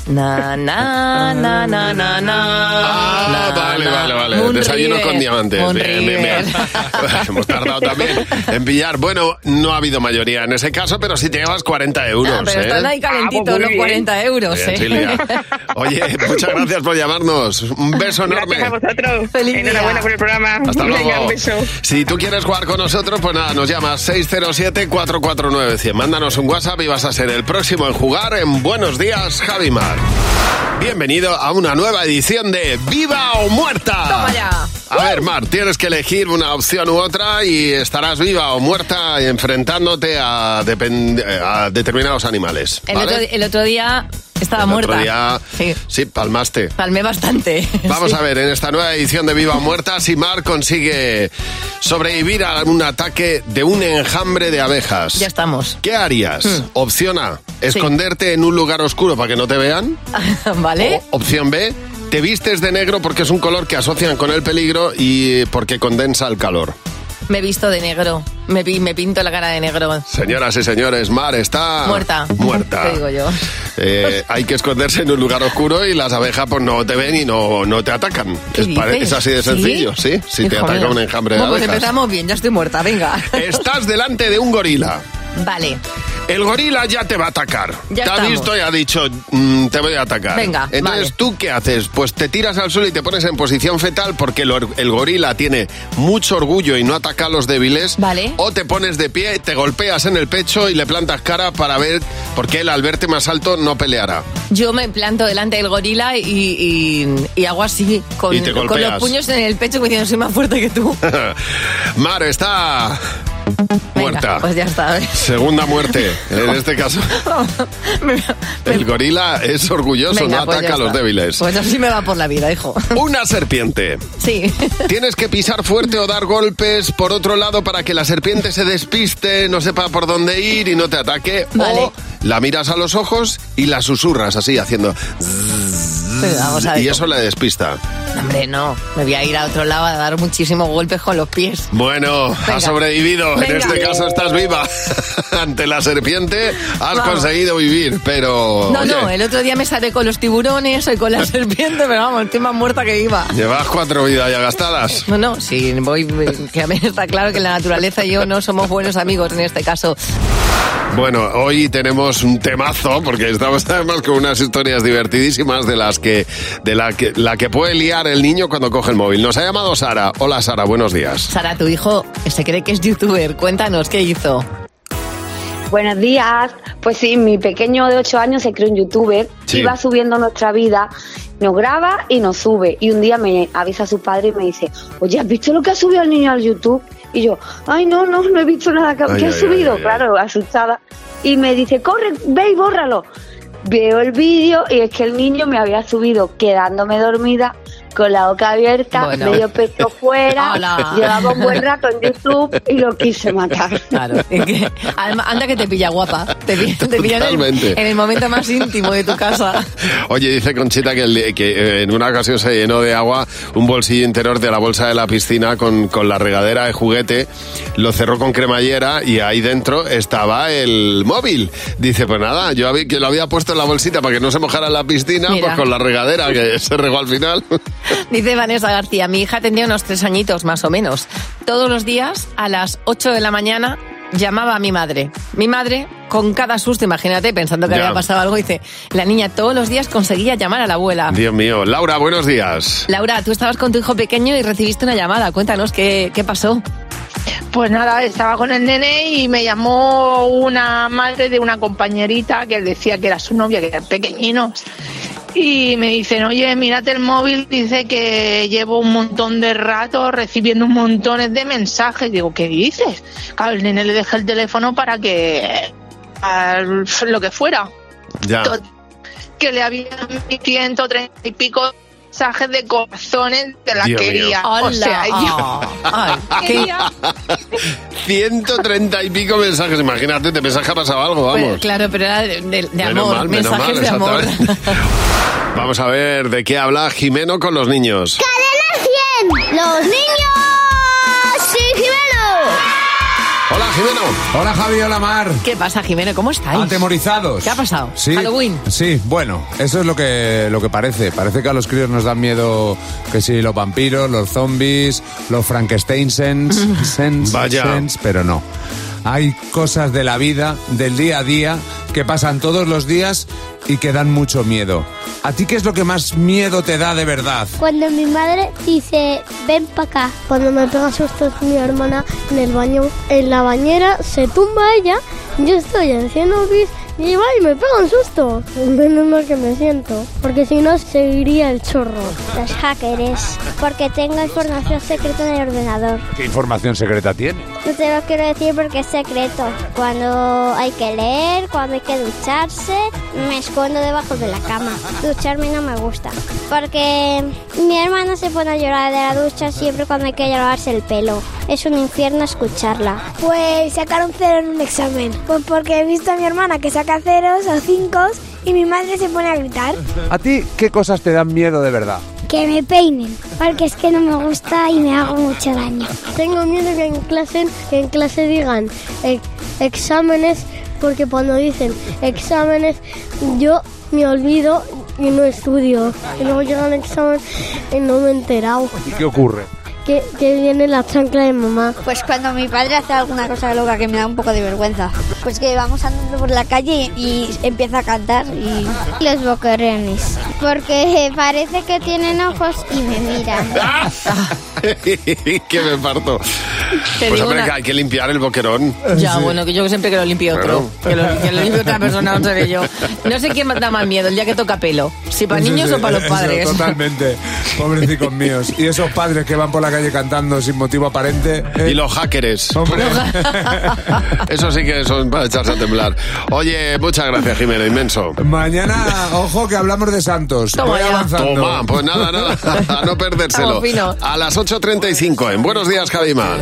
D: Na, na, na, na, na, na.
C: Ah, vale, vale, vale.
D: Moon
C: Desayuno
D: River.
C: con diamantes.
D: Moon
C: Bien, bien, bien. Hemos tardado también en pillar. Bueno, no ha habido mayoría en ese caso, pero sí te llevas 40 euros.
D: Ah, pero
C: ¿eh?
D: están ahí
W: pues
D: calentitos los 40 euros,
C: Bien,
D: ¿eh?
C: Silvia. Oye, muchas gracias por llamarnos. Un beso enorme.
W: Gracias a vosotros. Enhorabuena por el programa.
C: Hasta
W: Venga,
C: luego.
W: un beso.
C: Si tú quieres jugar con nosotros, pues nada, nos llamas 607-449-100. Mándanos un WhatsApp y vas a ser el próximo en jugar en Buenos Días, Javimar. Bienvenido a una nueva edición de Viva o Muerta.
D: [laughs] Toma ya.
C: A ver, Mar, tienes que elegir una opción u otra y estarás viva o muerta enfrentándote a, depend- a determinados animales.
D: El,
C: ¿vale?
D: otro, el otro día estaba
C: El otro
D: muerta.
C: día-
D: Sí.
C: sí, palmaste.
D: Palmé bastante.
C: Vamos
D: Sí.
C: a ver, en esta nueva edición de Viva o Muerta, si Mar consigue sobrevivir a un ataque de un enjambre de abejas.
D: Ya estamos.
C: ¿Qué harías?
D: Mm.
C: Opción A, esconderte en un lugar oscuro para que no te vean.
D: Ah. [laughs] ¿Vale?
C: Opción B, te vistes de negro porque es un color que asocian con el peligro y porque condensa el calor.
D: Me he visto de negro. Me, pi- me pinto la cara de negro.
C: Señoras y señores, Mar está
D: Muerta.
C: Ah, Muerta.
D: Te digo yo.
C: Eh, hay que esconderse en un lugar oscuro y las abejas pues no te ven y no, no te atacan.
D: ¿Qué
C: Es, pare-
D: dices?
C: es así de
D: ¿Sí?
C: sencillo, sí. Si te
D: Hijo
C: ataca
D: mío.
C: un enjambre de
D: Bueno, pues
C: abejas.
D: empezamos bien, ya estoy muerta, venga.
C: [laughs] Estás delante de un gorila.
D: Vale.
C: El gorila ya te va a atacar.
D: Ya
C: te ha
D: estamos.
C: visto y ha dicho, "Mm, te voy a atacar.
D: Venga,
C: Entonces,
D: vale.
C: ¿tú qué haces? Pues te tiras al suelo y te pones en posición fetal porque el, or- el gorila tiene mucho orgullo y no ataca a los débiles.
D: Vale.
C: O te pones de pie, te golpeas en el pecho y le plantas cara para ver por qué él al verte más alto no peleará.
D: Yo me planto delante del gorila y, y- y hago así, con,
C: Y te
D: con
C: golpeas.
D: los puños en el pecho, como diciendo, soy más fuerte que tú.
C: [laughs] Mar está muerta.
D: Pues ya está.
C: Segunda muerte,
D: [laughs]
C: en este caso. El gorila es orgulloso,
D: Venga,
C: no
D: pues
C: ataca
D: ya
C: a los
D: está.
C: débiles.
D: Pues así me va por la vida, hijo. [laughs]
C: Una serpiente. [laughs]
D: Sí.
C: Tienes que pisar fuerte o dar golpes por otro lado para que la serpiente se despiste, no sepa por dónde ir y no te ataque. O la miras a los ojos y la susurras así, haciendo...
D: Pero vamos a ver.
C: Y eso la despista.
D: Hombre, no. Me voy a ir a otro lado a dar muchísimos golpes con los pies.
C: Bueno,
D: Venga.
C: has sobrevivido. En
D: Venga.
C: este caso estás viva. [laughs] Ante la serpiente has
D: Vamos.
C: conseguido vivir, pero...
D: No, no,
C: Oh, oye,
D: el otro día me salé con los tiburones y
C: [laughs]
D: con la serpiente, pero vamos, estoy más muerta que iba.
C: Llevas cuatro vidas ya gastadas.
D: No, no, sí, voy, eh. que a mí está claro que la naturaleza y yo no somos buenos amigos en este caso.
C: Bueno, hoy tenemos un temazo porque estamos además con unas historias divertidísimas de las que de la que la que puede liar el niño cuando coge el móvil. Nos ha llamado Sara. Hola Sara, buenos días.
D: Sara, tu hijo se cree que es youtuber. Cuéntanos, ¿qué hizo?
A: Buenos días. Pues sí, mi pequeño de 8 años se creó un youtuber
C: Sí.
A: y va subiendo nuestra vida. Nos graba y nos sube. Y un día me avisa su padre y me dice, oye, ¿has visto lo que ha subido el niño al YouTube? Y yo, ay, no, no, no he visto nada que,
F: Ay,
A: que ha
F: ay,
A: subido.
F: ay, ay,
A: claro, asustada. Y me dice, corre, ve y bórralo. Veo el vídeo y es que el niño me había subido quedándome dormida con la boca abierta,
D: Bueno.
A: medio pecho fuera,
D: Hola.
A: llevaba un buen rato en YouTube y lo quise matar.
D: Claro. Es que, además, anda que te pilla guapa. Te, pi- te pilla en el,
C: Totalmente.
D: en el momento más íntimo de tu casa.
C: Oye, dice Conchita que, el- que, eh, en una ocasión se llenó de agua un bolsillo interior de la bolsa de la piscina con, con la regadera de juguete, lo cerró con cremallera y ahí dentro estaba el móvil. Dice, pues nada, yo habí- que lo había puesto en la bolsita para que no se mojara la piscina,
D: Mira.
C: pues con la regadera que [laughs] se regó al final.
D: Dice Vanessa García, mi hija tendría unos tres añitos más o menos. Todos los días a las 8 de la mañana llamaba a mi madre. Mi madre, con cada susto, imagínate, pensando que
C: Ya.
D: había pasado algo, dice, la niña todos los días conseguía llamar a la abuela.
C: Dios mío, Laura, buenos días.
D: Laura, tú estabas con tu hijo pequeño y recibiste una llamada. Cuéntanos qué, qué pasó.
F: Pues nada, estaba con el nene y me llamó una madre de una compañerita que decía que era su novia, que eran pequeñinos. Y me dicen, oye, mírate el móvil, dice que llevo un montón de rato recibiendo un montón de mensajes. Digo, ¿qué dices? Claro, el nene le dejé el teléfono para que... para lo que fuera.
C: Ya.
F: Tot- Que le habían 130 y pico mensajes de corazones de la
C: Dios mío.
F: quería. O sea, yo... quería
C: [laughs] 130 y pico mensajes, imagínate, te pensás que ha pasado algo, vamos.
D: Bueno, Pues, claro, pero era de, de- de
C: Menos
D: amor,
C: mal, menos
D: mensajes
C: mal,
D: de amor.
C: exactamente. Vamos a ver de qué habla Jimeno con los niños.
G: ¡Cadena 100! ¡Los niños! ¡Sí,
C: Hola, Jimeno.
X: Hola, Javi. Hola, Mar.
D: ¿Qué pasa, Jimeno? ¿Cómo estáis?
X: Atemorizados.
D: ¿Qué ha pasado?
X: Sí,
D: Halloween.
X: Sí, bueno, eso es lo que, lo que parece. Parece que a los críos nos dan miedo que si los vampiros, los zombies, los Frankensteinsens, sens,
C: Vaya.
X: sens, pero no. Hay cosas de la vida, del día a día, que pasan todos los días y que dan mucho miedo. ¿A ti qué es lo que más miedo te da de verdad?
G: Cuando mi madre dice, ven para acá, cuando me pega sustos mi hermana en el baño, en la bañera, se tumba ella, yo estoy haciendo pis y va y me pega un susto. Menos mal que me siento, porque si no seguiría el chorro. Los hackers, porque tengo información secreta en el ordenador.
X: ¿Qué información secreta tiene?
G: No te lo quiero decir porque es secreto. Cuando hay que leer, cuando hay que ducharse, me escondo debajo de la cama. Ducharme no me gusta. Porque mi hermana se pone a llorar de la ducha siempre cuando hay que lavarse el pelo. Es un infierno escucharla.
Y: Pues sacar un cero en un examen. Pues porque he visto a mi hermana que saca ceros o cinco y mi madre se pone a gritar.
X: ¿A ti qué cosas te dan miedo de verdad?
Y: Que me peinen, porque es que no me gusta y me hago mucho daño.
G: Tengo miedo que en clase, que en clase digan eh, exámenes, porque cuando dicen exámenes yo me olvido y no estudio. Y luego llega el examen y no me he enterado.
X: ¿Y qué ocurre?
G: Que, que viene la chancla de mamá.
H: Pues cuando mi padre hace alguna cosa loca que me da un poco de vergüenza. Pues que vamos andando por la calle y empieza a cantar y...
Y: Los boquerones. Porque parece que tienen ojos y me miran.
C: [laughs] que me parto.
D: Te
C: Pues
D: digo
C: hombre,
D: una-
C: que hay que limpiar el boquerón.
X: [laughs]
D: Ya, bueno, que yo siempre que lo limpie otro. Que lo, que lo limpie otra persona, no seré
X: [laughs]
D: yo. No sé quién da más miedo, el día que toca pelo. Si para
X: Sí,
D: niños
X: sí,
D: o para los
X: eso,
D: padres. [laughs]
X: totalmente. Pobrecicos míos. Y esos padres que van por la calle cantando sin motivo aparente.
C: Y los hackers.
D: [laughs]
C: Eso sí que son para echarse a temblar. Oye, muchas gracias, Jimeno, inmenso.
X: Mañana, ojo, que hablamos de Santos.
C: Toma
X: Voy
C: ya.
X: avanzando.
C: Toma, pues nada,
X: [laughs]
C: nada. A no perdérselo.
D: Estamos finos.
C: A las 8.35 en Buenos Días, Javima.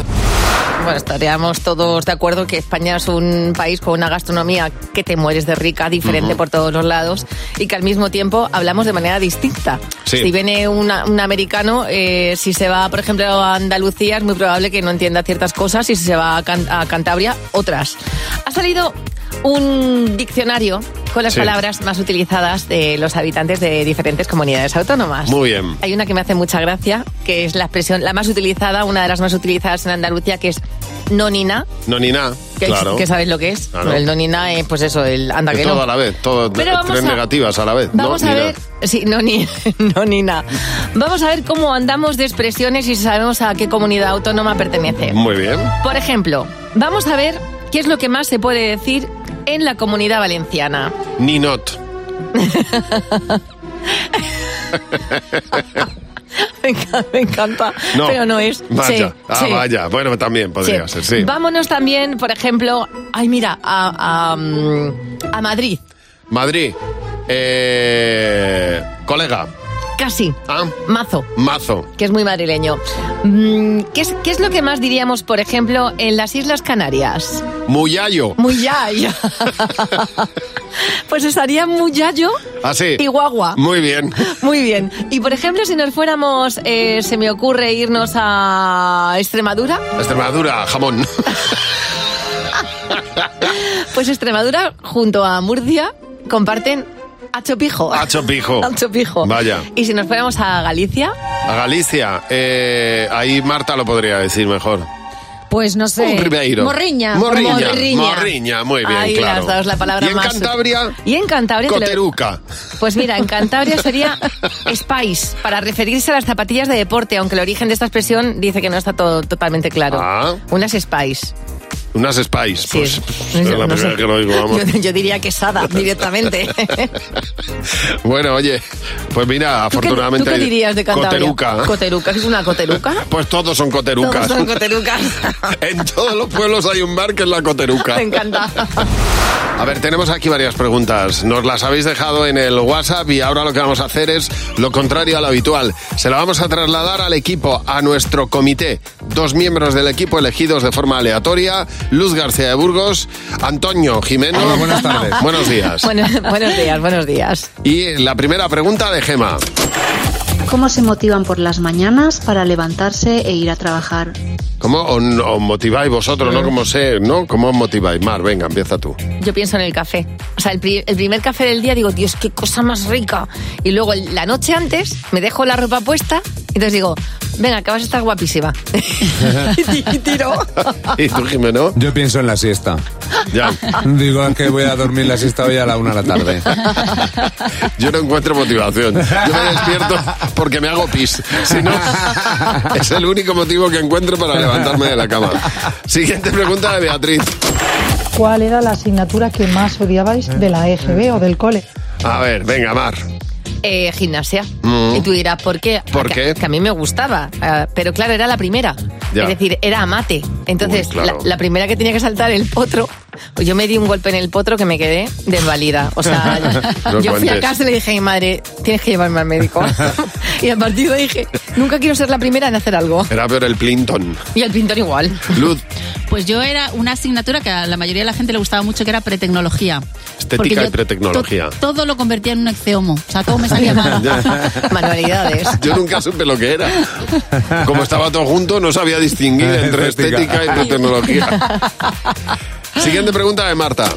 D: Bueno, estaríamos todos de acuerdo que España es un país con una gastronomía que te mueres de rica, diferente por todos los lados, y que al mismo tiempo hablamos de manera distinta.
I: Sí.
D: Si viene una- un americano, eh, si se va, por ejemplo, a Andalucía, es muy probable que no entienda ciertas cosas, y si se va a, Can- a Cantabria, otras. Ha salido un diccionario con las
C: Sí.
D: palabras más utilizadas de los habitantes de diferentes comunidades autónomas.
C: Muy bien.
D: Hay una que me hace mucha gracia, que es la expresión, la más utilizada, una de las más utilizadas en Andalucía, que es nonina,
C: No, ni nada.
D: que,
C: Claro.
D: que sabéis lo que es.
C: Claro.
D: El nonina es, pues eso, el anda
C: Que
D: que
C: todo
D: no.
C: a la vez, todo,
D: Pero vamos
C: tres
D: a-
C: negativas a la vez.
D: Vamos
C: no,
D: a
C: ni
D: ver, sí, no ni, [laughs] no ni nada. Vamos a ver cómo andamos de expresiones y si sabemos a qué comunidad autónoma pertenece.
C: nada. Muy bien.
D: Por ejemplo, vamos a ver qué es lo que más se puede decir en la comunidad valenciana. [laughs]
C: Ni not.
D: Me encanta, me encanta,
C: No.
D: pero no es.
C: Vaya.
D: Sí,
C: ah,
D: sí.
C: vaya. Bueno, también podría
D: Sí.
C: ser, sí.
D: Vámonos también, por ejemplo, ay mira, a, a, mm, a Madrid,
C: Madrid. Eh, colega. Ah.
D: casi. Mazo,
C: Mazo.
D: que es muy madrileño. Mm, ¿Qué es, qué es lo que más diríamos, por ejemplo, en las Islas Canarias?
C: Muyayo. [laughs]
D: Muyayo. pues estaría Muyayo
C: Así.
D: y Guagua.
C: Ah, Muy bien.
D: Muy bien. Y por ejemplo, si nos fuéramos, eh, se me ocurre irnos a Extremadura.
C: Extremadura,
D: [laughs]
C: jamón.
D: Pues Extremadura junto a Murcia comparten Achopijo.
C: Hacho pijo.
D: Achopijo.
C: Vaya.
D: Y si nos fuéramos a Galicia,
C: A Galicia. eh, ahí Marta lo podría decir mejor.
H: Pues no sé.
C: Un ribeiro.
H: Morriña.
C: Morriña. Morriña, muy bien,
D: ahí
C: claro.
D: las dos, la palabra
C: ¿Y en
D: más.
C: Cantabria?
D: Y en Cantabria. te lo-
C: Coteruca.
D: Pues mira, en Cantabria
C: [laughs]
D: sería Spice, para referirse a las zapatillas de deporte, aunque el origen de esta expresión dice que no está todo totalmente claro.
C: Ah.
D: Unas Spice.
C: Unas Spice. Pues, pff, es la
D: No
C: primera
D: sé.
C: que lo oigo, Pues vamos.
D: [laughs] Yo, yo diría
C: [laughs]
D: que Sada directamente. [laughs]
C: Bueno, oye, pues mira,
D: ¿Tú qué-
C: afortunadamente.
D: ¿Tú qué dirías de Cantabria?
C: Coteruca.
D: Coteruca. ¿Qué es una coteruca?
C: Pues todos son
D: Todos
C: coterucas.
D: son coterucas.
C: [laughs] en todos los pueblos hay un bar que es la coteruca.
D: [laughs] Me encanta.
C: A ver, tenemos aquí varias preguntas. Nos las habéis dejado en el WhatsApp y ahora lo que vamos a hacer es lo contrario a lo habitual. Se la vamos a trasladar al equipo, a nuestro comité. Dos miembros del equipo elegidos de forma aleatoria. Luz García de Burgos, Antonio Jimeno. buenas tardes. Buenos días.
D: Bueno, [laughs] buenos días, buenos días.
C: Y la primera pregunta de Gema.
O: ¿Cómo se motivan por las mañanas para levantarse e ir a trabajar?
C: ¿Cómo os, os motiváis vosotros, no? ¿Cómo sé, no? ¿Cómo os motiváis? Mar, venga, empieza tú.
D: Yo pienso en el café. O sea, el, pri- el primer café del día digo, Dios, qué cosa más rica. Y luego el- la noche antes me dejo la ropa puesta y entonces digo, venga, que vas a estar guapísima. [laughs] y tiro.
C: ¿Y tú, Jimeno?
X: Yo pienso en la siesta.
C: Ya.
X: Digo, es que voy a dormir la siesta hoy a la una de la tarde.
C: Yo no encuentro motivación. Yo me despierto porque me hago pis. Si no, es el único motivo que encuentro para levantarme de la cama. Siguiente pregunta de Beatriz.
L: ¿Cuál era la asignatura que más odiabais
C: Eh.
L: de la EGB o del cole?
C: A ver, venga, Mar.
D: Eh, gimnasia.
C: Mm.
D: Y tú dirás, ¿por qué?
C: ¿Por
D: que,
C: qué?
D: Que a mí me gustaba. Ah, pero claro, era la primera.
C: Ya.
D: Es decir, era a mate. Entonces,
C: Uy, claro.
D: la, la primera que tenía que saltar el potro pues Yo me di un golpe en el potro que me quedé desvalida.
C: [laughs]
D: O sea,
I: No
D: yo fui a
I: cuentes.
D: casa y le dije a mi madre, tienes que llevarme
C: [laughs]
D: al médico. [laughs] y a partir de ahí dije, nunca quiero ser la primera en hacer algo.
C: Era peor el Clinton.
D: Y el pintor igual.
C: Luz,
M: Pues yo era una asignatura que a la mayoría de la gente le gustaba mucho, que era pretecnología. Porque
C: estética
M: yo
C: y pretecnología.
M: to- todo lo convertía en un exceomo. O sea, todo me salía
C: [laughs]
M: mal.
D: Manualidades.
C: Yo nunca supe lo que era. Como estaba todo junto, no sabía distinguir entre estética y pretecnología. Siguiente pregunta de Marta.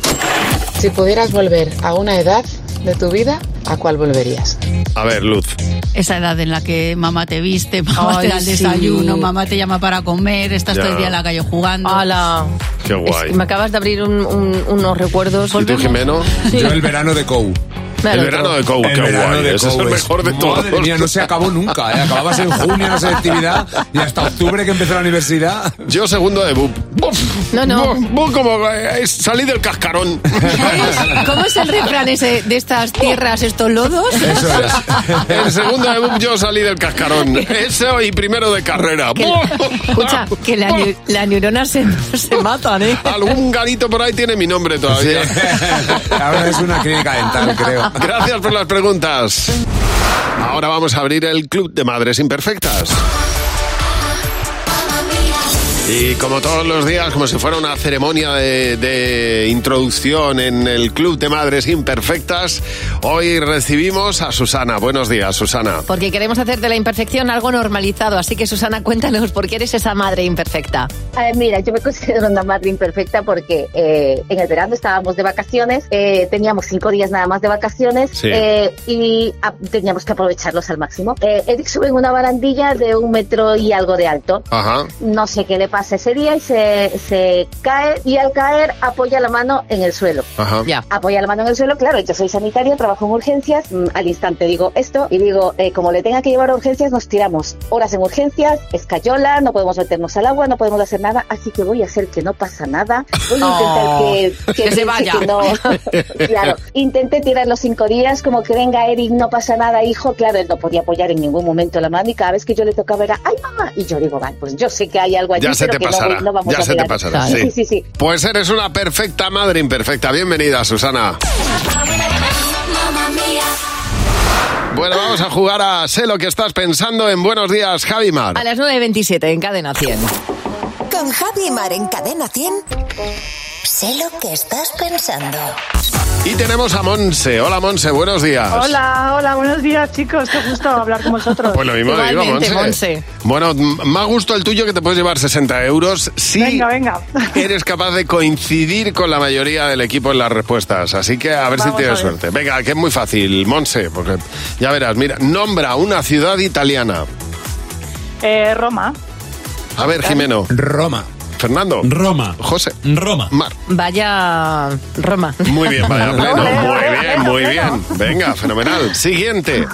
N: Si pudieras volver a una edad de tu vida, ¿a cuál volverías?
C: A ver, Luz.
M: Esa edad en la que mamá te viste, mamá
D: Ay,
M: te da el
D: sí.
M: desayuno, mamá te llama para comer, estás
C: Ya.
M: todo el día en la calle jugando.
D: ¡Hala!
C: Qué guay.
D: Me acabas de abrir un- un- unos recuerdos.
C: ¿Y tú, Jimeno?
D: Yo el
C: verano de Cou.
D: Claro,
C: el verano de Cou,
X: El
C: qué
X: verano
C: guay.
X: de
C: Ese es
X: Cou
C: el
X: es-
C: mejor de todos.
X: Madre mía, no se acabó nunca. ¿eh? Acababas en junio la selectividad y hasta octubre que empezó la universidad.
C: Yo segundo de BUP.
D: No, no.
C: como eh, salí del cascarón.
D: ¿Cómo es el refrán ese de estas tierras, estos lodos?
C: [laughs] El segundo de BUP yo salí del
D: [laughs]
C: cascarón. Eso y primero de carrera.
D: Que- escucha, que la, neu- la neurona se, se matan, ¿eh?
C: Algún garito por ahí tiene mi nombre todavía.
X: [laughs] Ahora es una clínica dental, creo.
C: Gracias por las preguntas. Ahora vamos a abrir el Club de Madres Imperfectas. Y como todos los días, como si fuera una ceremonia de, de introducción en el Club de Madres Imperfectas, hoy recibimos a Susana. Buenos días, Susana.
D: Porque queremos hacer de la imperfección algo normalizado, así que Susana, cuéntanos por qué eres esa madre imperfecta.
J: A ver, mira, yo me considero una madre imperfecta porque eh, en el verano estábamos de vacaciones, eh, teníamos cinco días nada más de vacaciones
Q: Sí.
J: eh, y a- teníamos que aprovecharlos al máximo. Eh, Eric sube en una barandilla de un metro y algo de alto.
C: Ajá.
J: No sé qué le pasa ese día y se, se cae y al caer apoya la mano en el suelo.
C: Ajá.
J: Apoya la mano en el suelo, claro, yo soy sanitaria, trabajo en urgencias, mm, al instante digo esto y digo, eh, como le tenga que llevar a urgencias, nos tiramos horas en urgencias, escayola, no podemos meternos al agua, no podemos hacer nada, así que voy a hacer que no pasa nada, voy a intentar
D: Oh,
J: que,
D: que se
J: piense
D: vaya.
J: que
D: [laughs]
J: no- claro, intenté tirar los cinco días, como que venga Eric, no pasa nada, hijo, claro, él no podía apoyar en ningún momento la mano y cada vez que yo le tocaba era, ay mamá, y yo digo, vale, pues yo sé que hay algo allí,
C: Ya se
J: pero
C: te
J: que no
C: pasará.
J: voy- no vamos
C: ya
J: a
C: se te
J: mirar".
C: pasará.
J: sí, sí, sí.
C: Pues eres una perfecta madre imperfecta. Bienvenida, Susana. Bueno, vamos a jugar a Sé lo que estás pensando en Buenos Días, Javimar.
D: A las 9.27 en Cadena 100.
V: Con Javi y Mar en Cadena 100. Sé lo que estás pensando.
C: Y tenemos a Monse. Hola, Monse, buenos días.
Z: Hola, hola, buenos días chicos, qué gusto hablar con vosotros.
C: Pues lo mismo digo, Monse. Bueno, m- más gusto el tuyo que te puedes llevar 60 euros si
Z: Venga,
J: [laughs]
Z: venga.
C: eres capaz de coincidir con la mayoría del equipo en las respuestas. Así que a ver
Z: Vamos
C: si tienes
Z: a ver.
C: suerte. Venga, que es muy fácil, Monse, porque ya verás. Mira, nombra una ciudad italiana.
Z: Eh, Roma,
C: A ver, Jimeno. Roma. Fernando. Roma. José. Roma. Mar.
D: Vaya Roma.
C: Muy bien,
D: [laughs]
C: vaya pleno. Muy bien, muy bien. Venga, [laughs] fenomenal. Siguiente.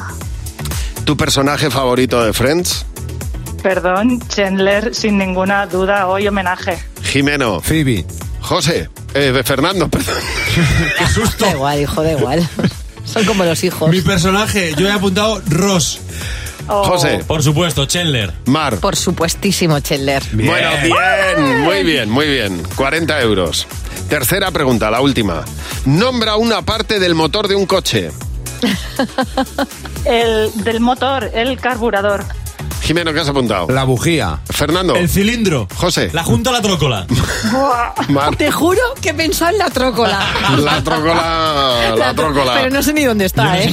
C: ¿Tu personaje favorito de Friends?
Z: perdón, Chandler, sin ninguna duda, hoy homenaje.
C: Jimeno. Phoebe. José. Eh, de Fernando, [laughs] perdón.
D: Qué susto. Da igual, hijo, da igual. [laughs] Son como los hijos. Oh.
E: Mi personaje, yo he apuntado Ross.
C: José.
P: Por supuesto, Chandler.
C: Mar.
D: Por supuestísimo, Chandler.
C: Bueno, bien, muy bien, muy bien. 40 euros. Tercera pregunta, la última. Nombra una parte del motor de un coche.
Z: El del motor, el carburador.
C: Jimeno, ¿qué has apuntado?
X: La bujía.
C: Fernando. El
P: cilindro.
C: José.
P: La junta a la trócola.
C: [laughs] Mar.
D: Te juro que pensaba en la trócola.
C: [laughs] La trócola. La trócola. Pues,
D: Pero no sé ni dónde está, ¿eh?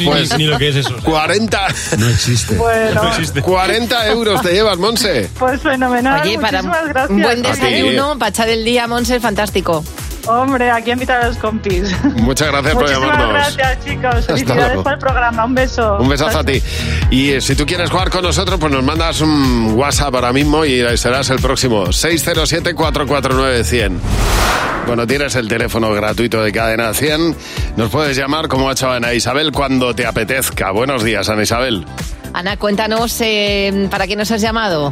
P: que es eso.
C: 40.
E: No existe.
Z: Bueno,
C: 40 euros te llevas, Monse.
Z: pues fenomenal,
D: Oye, para un-
Z: muchísimas gracias.
D: un buen
C: A ti.
D: desayuno, para echar el día, Monse, fantástico.
Z: Hombre, aquí invitar a los compis.
C: Muchas gracias por
Z: Muchísimas
C: llamarnos.
Z: gracias chicos,
C: luego.
Z: felicidades por el programa, un beso.
C: Un besazo a ti. Y eh, si tú quieres jugar con nosotros, pues nos mandas un WhatsApp ahora mismo y serás el próximo. 607-449-100. Bueno, tienes el teléfono gratuito de Cadena 100. Nos puedes llamar como ha hecho Ana Isabel cuando te apetezca. Buenos días, Ana Isabel.
D: Ana, cuéntanos eh, para qué nos has llamado.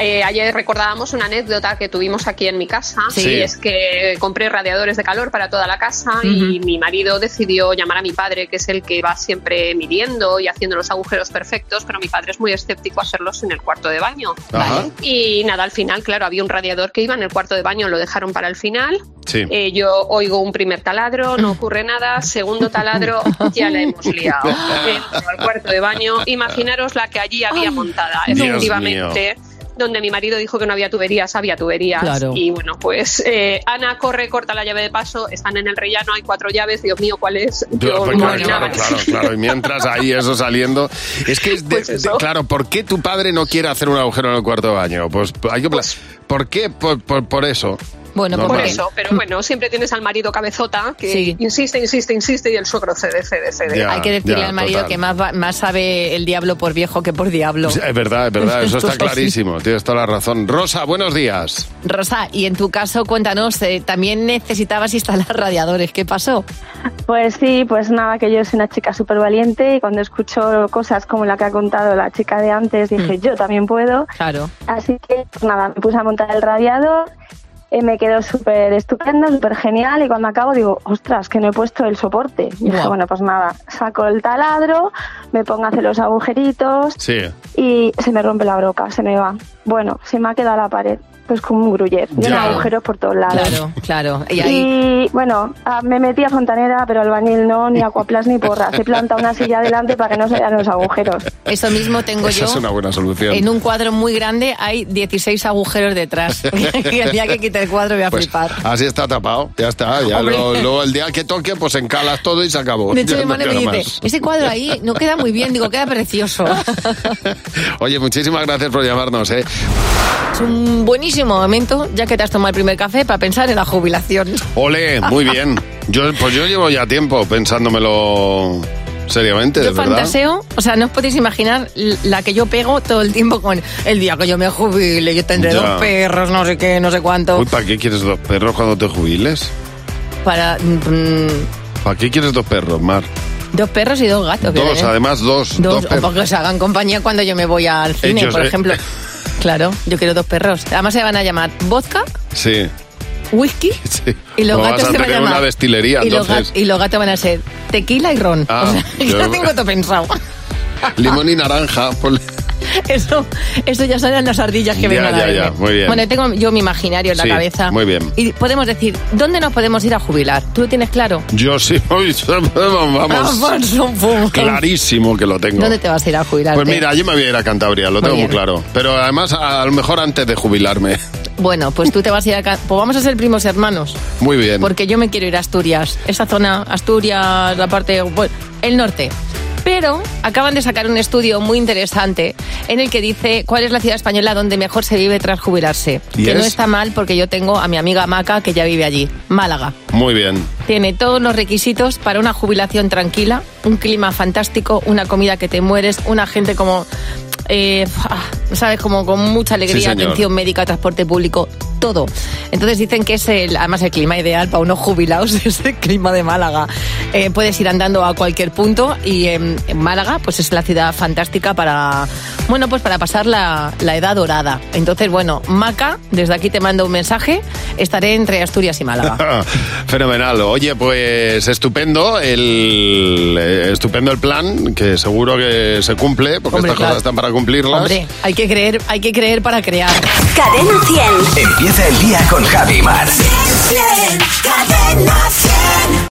I: eh, ayer recordábamos una anécdota que tuvimos aquí en mi casa.
K: Sí.
I: Y es que compré radiadores de calor para toda la casa y
K: Ujú.
I: mi marido decidió llamar a mi padre, que es el que va siempre midiendo y haciendo los agujeros perfectos, pero mi padre es muy escéptico a hacerlos en el cuarto de baño.
C: Ajá.
I: Y nada, al final, claro, había un radiador que iba en el cuarto de baño, lo dejaron para el final.
C: Sí.
I: Eh, yo oigo un primer taladro, no ocurre nada. Segundo taladro, ya la hemos
C: [laughs]
I: liado. Entro al cuarto de baño. Imaginaros la que allí había montada,
K: Dios
I: efectivamente. Donde mi marido dijo que no había tuberías, había tuberías.
K: Claro.
I: Y bueno, pues eh, Ana corre, corta la llave de paso. Están en el rellano, hay cuatro llaves. Dios mío, ¿cuál es?
C: Claro,
I: Yo
C: pues
I: no
C: claro,
I: imaginaba.
C: claro, claro, claro. Y mientras ahí eso saliendo. Es que, es de- de- claro, ¿por qué tu padre no quiere hacer un agujero en el cuarto de baño? Pues hay que. pla- ¿Por qué? Por, por- por eso.
I: por
K: pues
C: Normal.
I: eso, pero bueno, siempre tienes al marido cabezota que
D: Sí.
I: insiste, insiste, insiste y el suegro cede, cede, cede.
D: Hay que decirle al marido que más, va- más sabe el diablo por viejo que por diablo.
C: Sí, Es verdad, es verdad, eso
D: Esto
C: está
D: es así.
C: clarísimo. Tienes toda la razón. Rosa, buenos días.
D: Rosa, y en tu caso, cuéntanos, eh, también necesitabas instalar [laughs] radiadores. ¿Qué pasó?
Q: Pues sí, pues nada, que yo soy una chica súper valiente y cuando escucho cosas como la que ha contado la chica de antes,
F: Mm.
Q: dije, yo también puedo.
D: Claro.
Q: Así que pues nada, me puse a montar el radiador, eh, me quedó súper estupendo, súper genial y cuando acabo digo, ostras, que no he puesto el soporte. Y dije,
R: Guau.
Q: bueno, pues nada, saco el taladro, me pongo a hacer los agujeritos
C: Sí.
Q: y se me rompe la broca, se me va. Bueno, se me ha quedado la pared, pues como un gruyer, lleno de
D: Ya.
Q: agujeros por todos lados.
D: Claro, claro. Y
Q: Y,
D: ahí,
Q: bueno, ah, me metí a fontanera, pero albañil no,
D: [laughs]
Q: ni acuaplas ni porras. He plantado una silla adelante para que no se vean los agujeros.
D: eso mismo tengo
C: Esa
D: yo.
C: es una buena solución.
D: En un cuadro muy grande hay 16
C: [laughs]
D: agujeros detrás. [laughs] y el día que quite el cuadro voy a
C: Pues,
D: flipar.
C: Así está tapado, ya está. Ya
D: Hombre.
C: lo- luego el día que toque, pues encalas todo y se acabó.
D: De hecho,
C: Ya
D: mi
C: oh, no
D: hermano
C: queda
D: me dice,
C: más.
D: ese cuadro ahí no queda muy bien, digo, queda
C: [laughs]
D: precioso.
C: Oye, muchísimas gracias por llamarnos, ¿eh?
D: Es un buenísimo momento, ya que te has tomado el primer café, para pensar en la jubilación.
C: Ole, muy bien. Yo, pues yo llevo ya tiempo pensándomelo seriamente, de
D: Yo
C: verdad.
D: fantaseo, o sea, no os podéis imaginar la que yo pego todo el tiempo con el día que yo me jubile, yo tendré
C: Ya.
D: dos perros, no sé qué, no sé cuánto.
C: Uy, ¿para qué quieres dos perros cuando te jubiles?
D: Para mm,
C: ¿Para qué quieres dos perros, Mar?
D: dos perros y dos gatos. voy a
C: Dos,
D: tener.
C: además dos.
D: Dos, o
C: perros.
D: para que se hagan compañía cuando yo me voy al cine,
C: Ellos,
D: por
C: eh.
D: ejemplo. Claro, yo quiero dos perros. Además se van a llamar vodka,
C: Sí.
D: whisky
C: [laughs] sí.
D: y los
C: O vas
D: gatos
C: a
D: se van a
C: tener
D: llamar.
C: una destilería,
D: y, los ga-
C: entonces.
D: y los gatos van a ser tequila y ron.
C: Ah,
D: O sea, [laughs] yo
C: yo-
D: tengo todo pensado.
C: Limón y naranja. pues, ponle-
D: [laughs] Eso, eso ya son las ardillas que
C: Ya,
D: vengan
C: ya,
D: a
C: ya,
D: verme.
C: muy bien.
D: Bueno, tengo yo mi imaginario en la
C: Sí,
D: cabeza.
C: muy bien.
D: Y podemos decir, ¿dónde nos podemos ir a jubilar? ¿Tú lo tienes claro?
C: Yo sí, [laughs] voy- vamos.
D: Vamos.
C: Clarísimo que lo tengo.
D: Ah, ¿Dónde te vas a ir a jubilar?
C: Pues mira, yo me voy a ir a Cantabria, lo
D: Muy
C: tengo muy
D: bien.
C: claro. Pero además, a, a lo mejor antes de jubilarme. [laughs]
D: Bueno, pues tú te vas a ir a... Ca- Pues vamos a ser primos hermanos.
C: Muy bien.
D: Porque yo me quiero ir a Asturias. Esa zona, Asturias, la parte... bueno, el norte. Pero acaban de sacar un estudio muy interesante en el que dice cuál es la ciudad española donde mejor se vive tras jubilarse.
C: ¿Y
D: Que no
C: es?
D: está mal porque yo tengo a mi amiga Maca que ya vive allí. Málaga.
C: Muy bien.
D: Tiene todos los requisitos para una jubilación tranquila, un clima fantástico, una comida que te mueres, una gente como, eh, ah, ¿sabes? Como con mucha alegría,
K: señor.
D: atención médica, transporte público, todo. Entonces dicen que es el, además el clima ideal para unos jubilados, [laughs] es el clima de Málaga. Eh, puedes ir andando a cualquier punto y em, en Málaga pues es la ciudad fantástica para, bueno, pues para pasar la, la edad dorada. Entonces, bueno, Maca, desde aquí te mando un mensaje, estaré entre Asturias y Málaga.
C: [laughs] Fenomenal. Oye, pues estupendo el eh, estupendo el plan, que seguro que se cumple, porque
D: Hombre,
C: estas
D: claro.
C: cosas están para cumplirlas.
D: Hombre, hay que creer, hay que creer para crear.
V: Cadena 100.
S: Empieza el día con Javi Mar.
C: [laughs]
V: Cadena 100.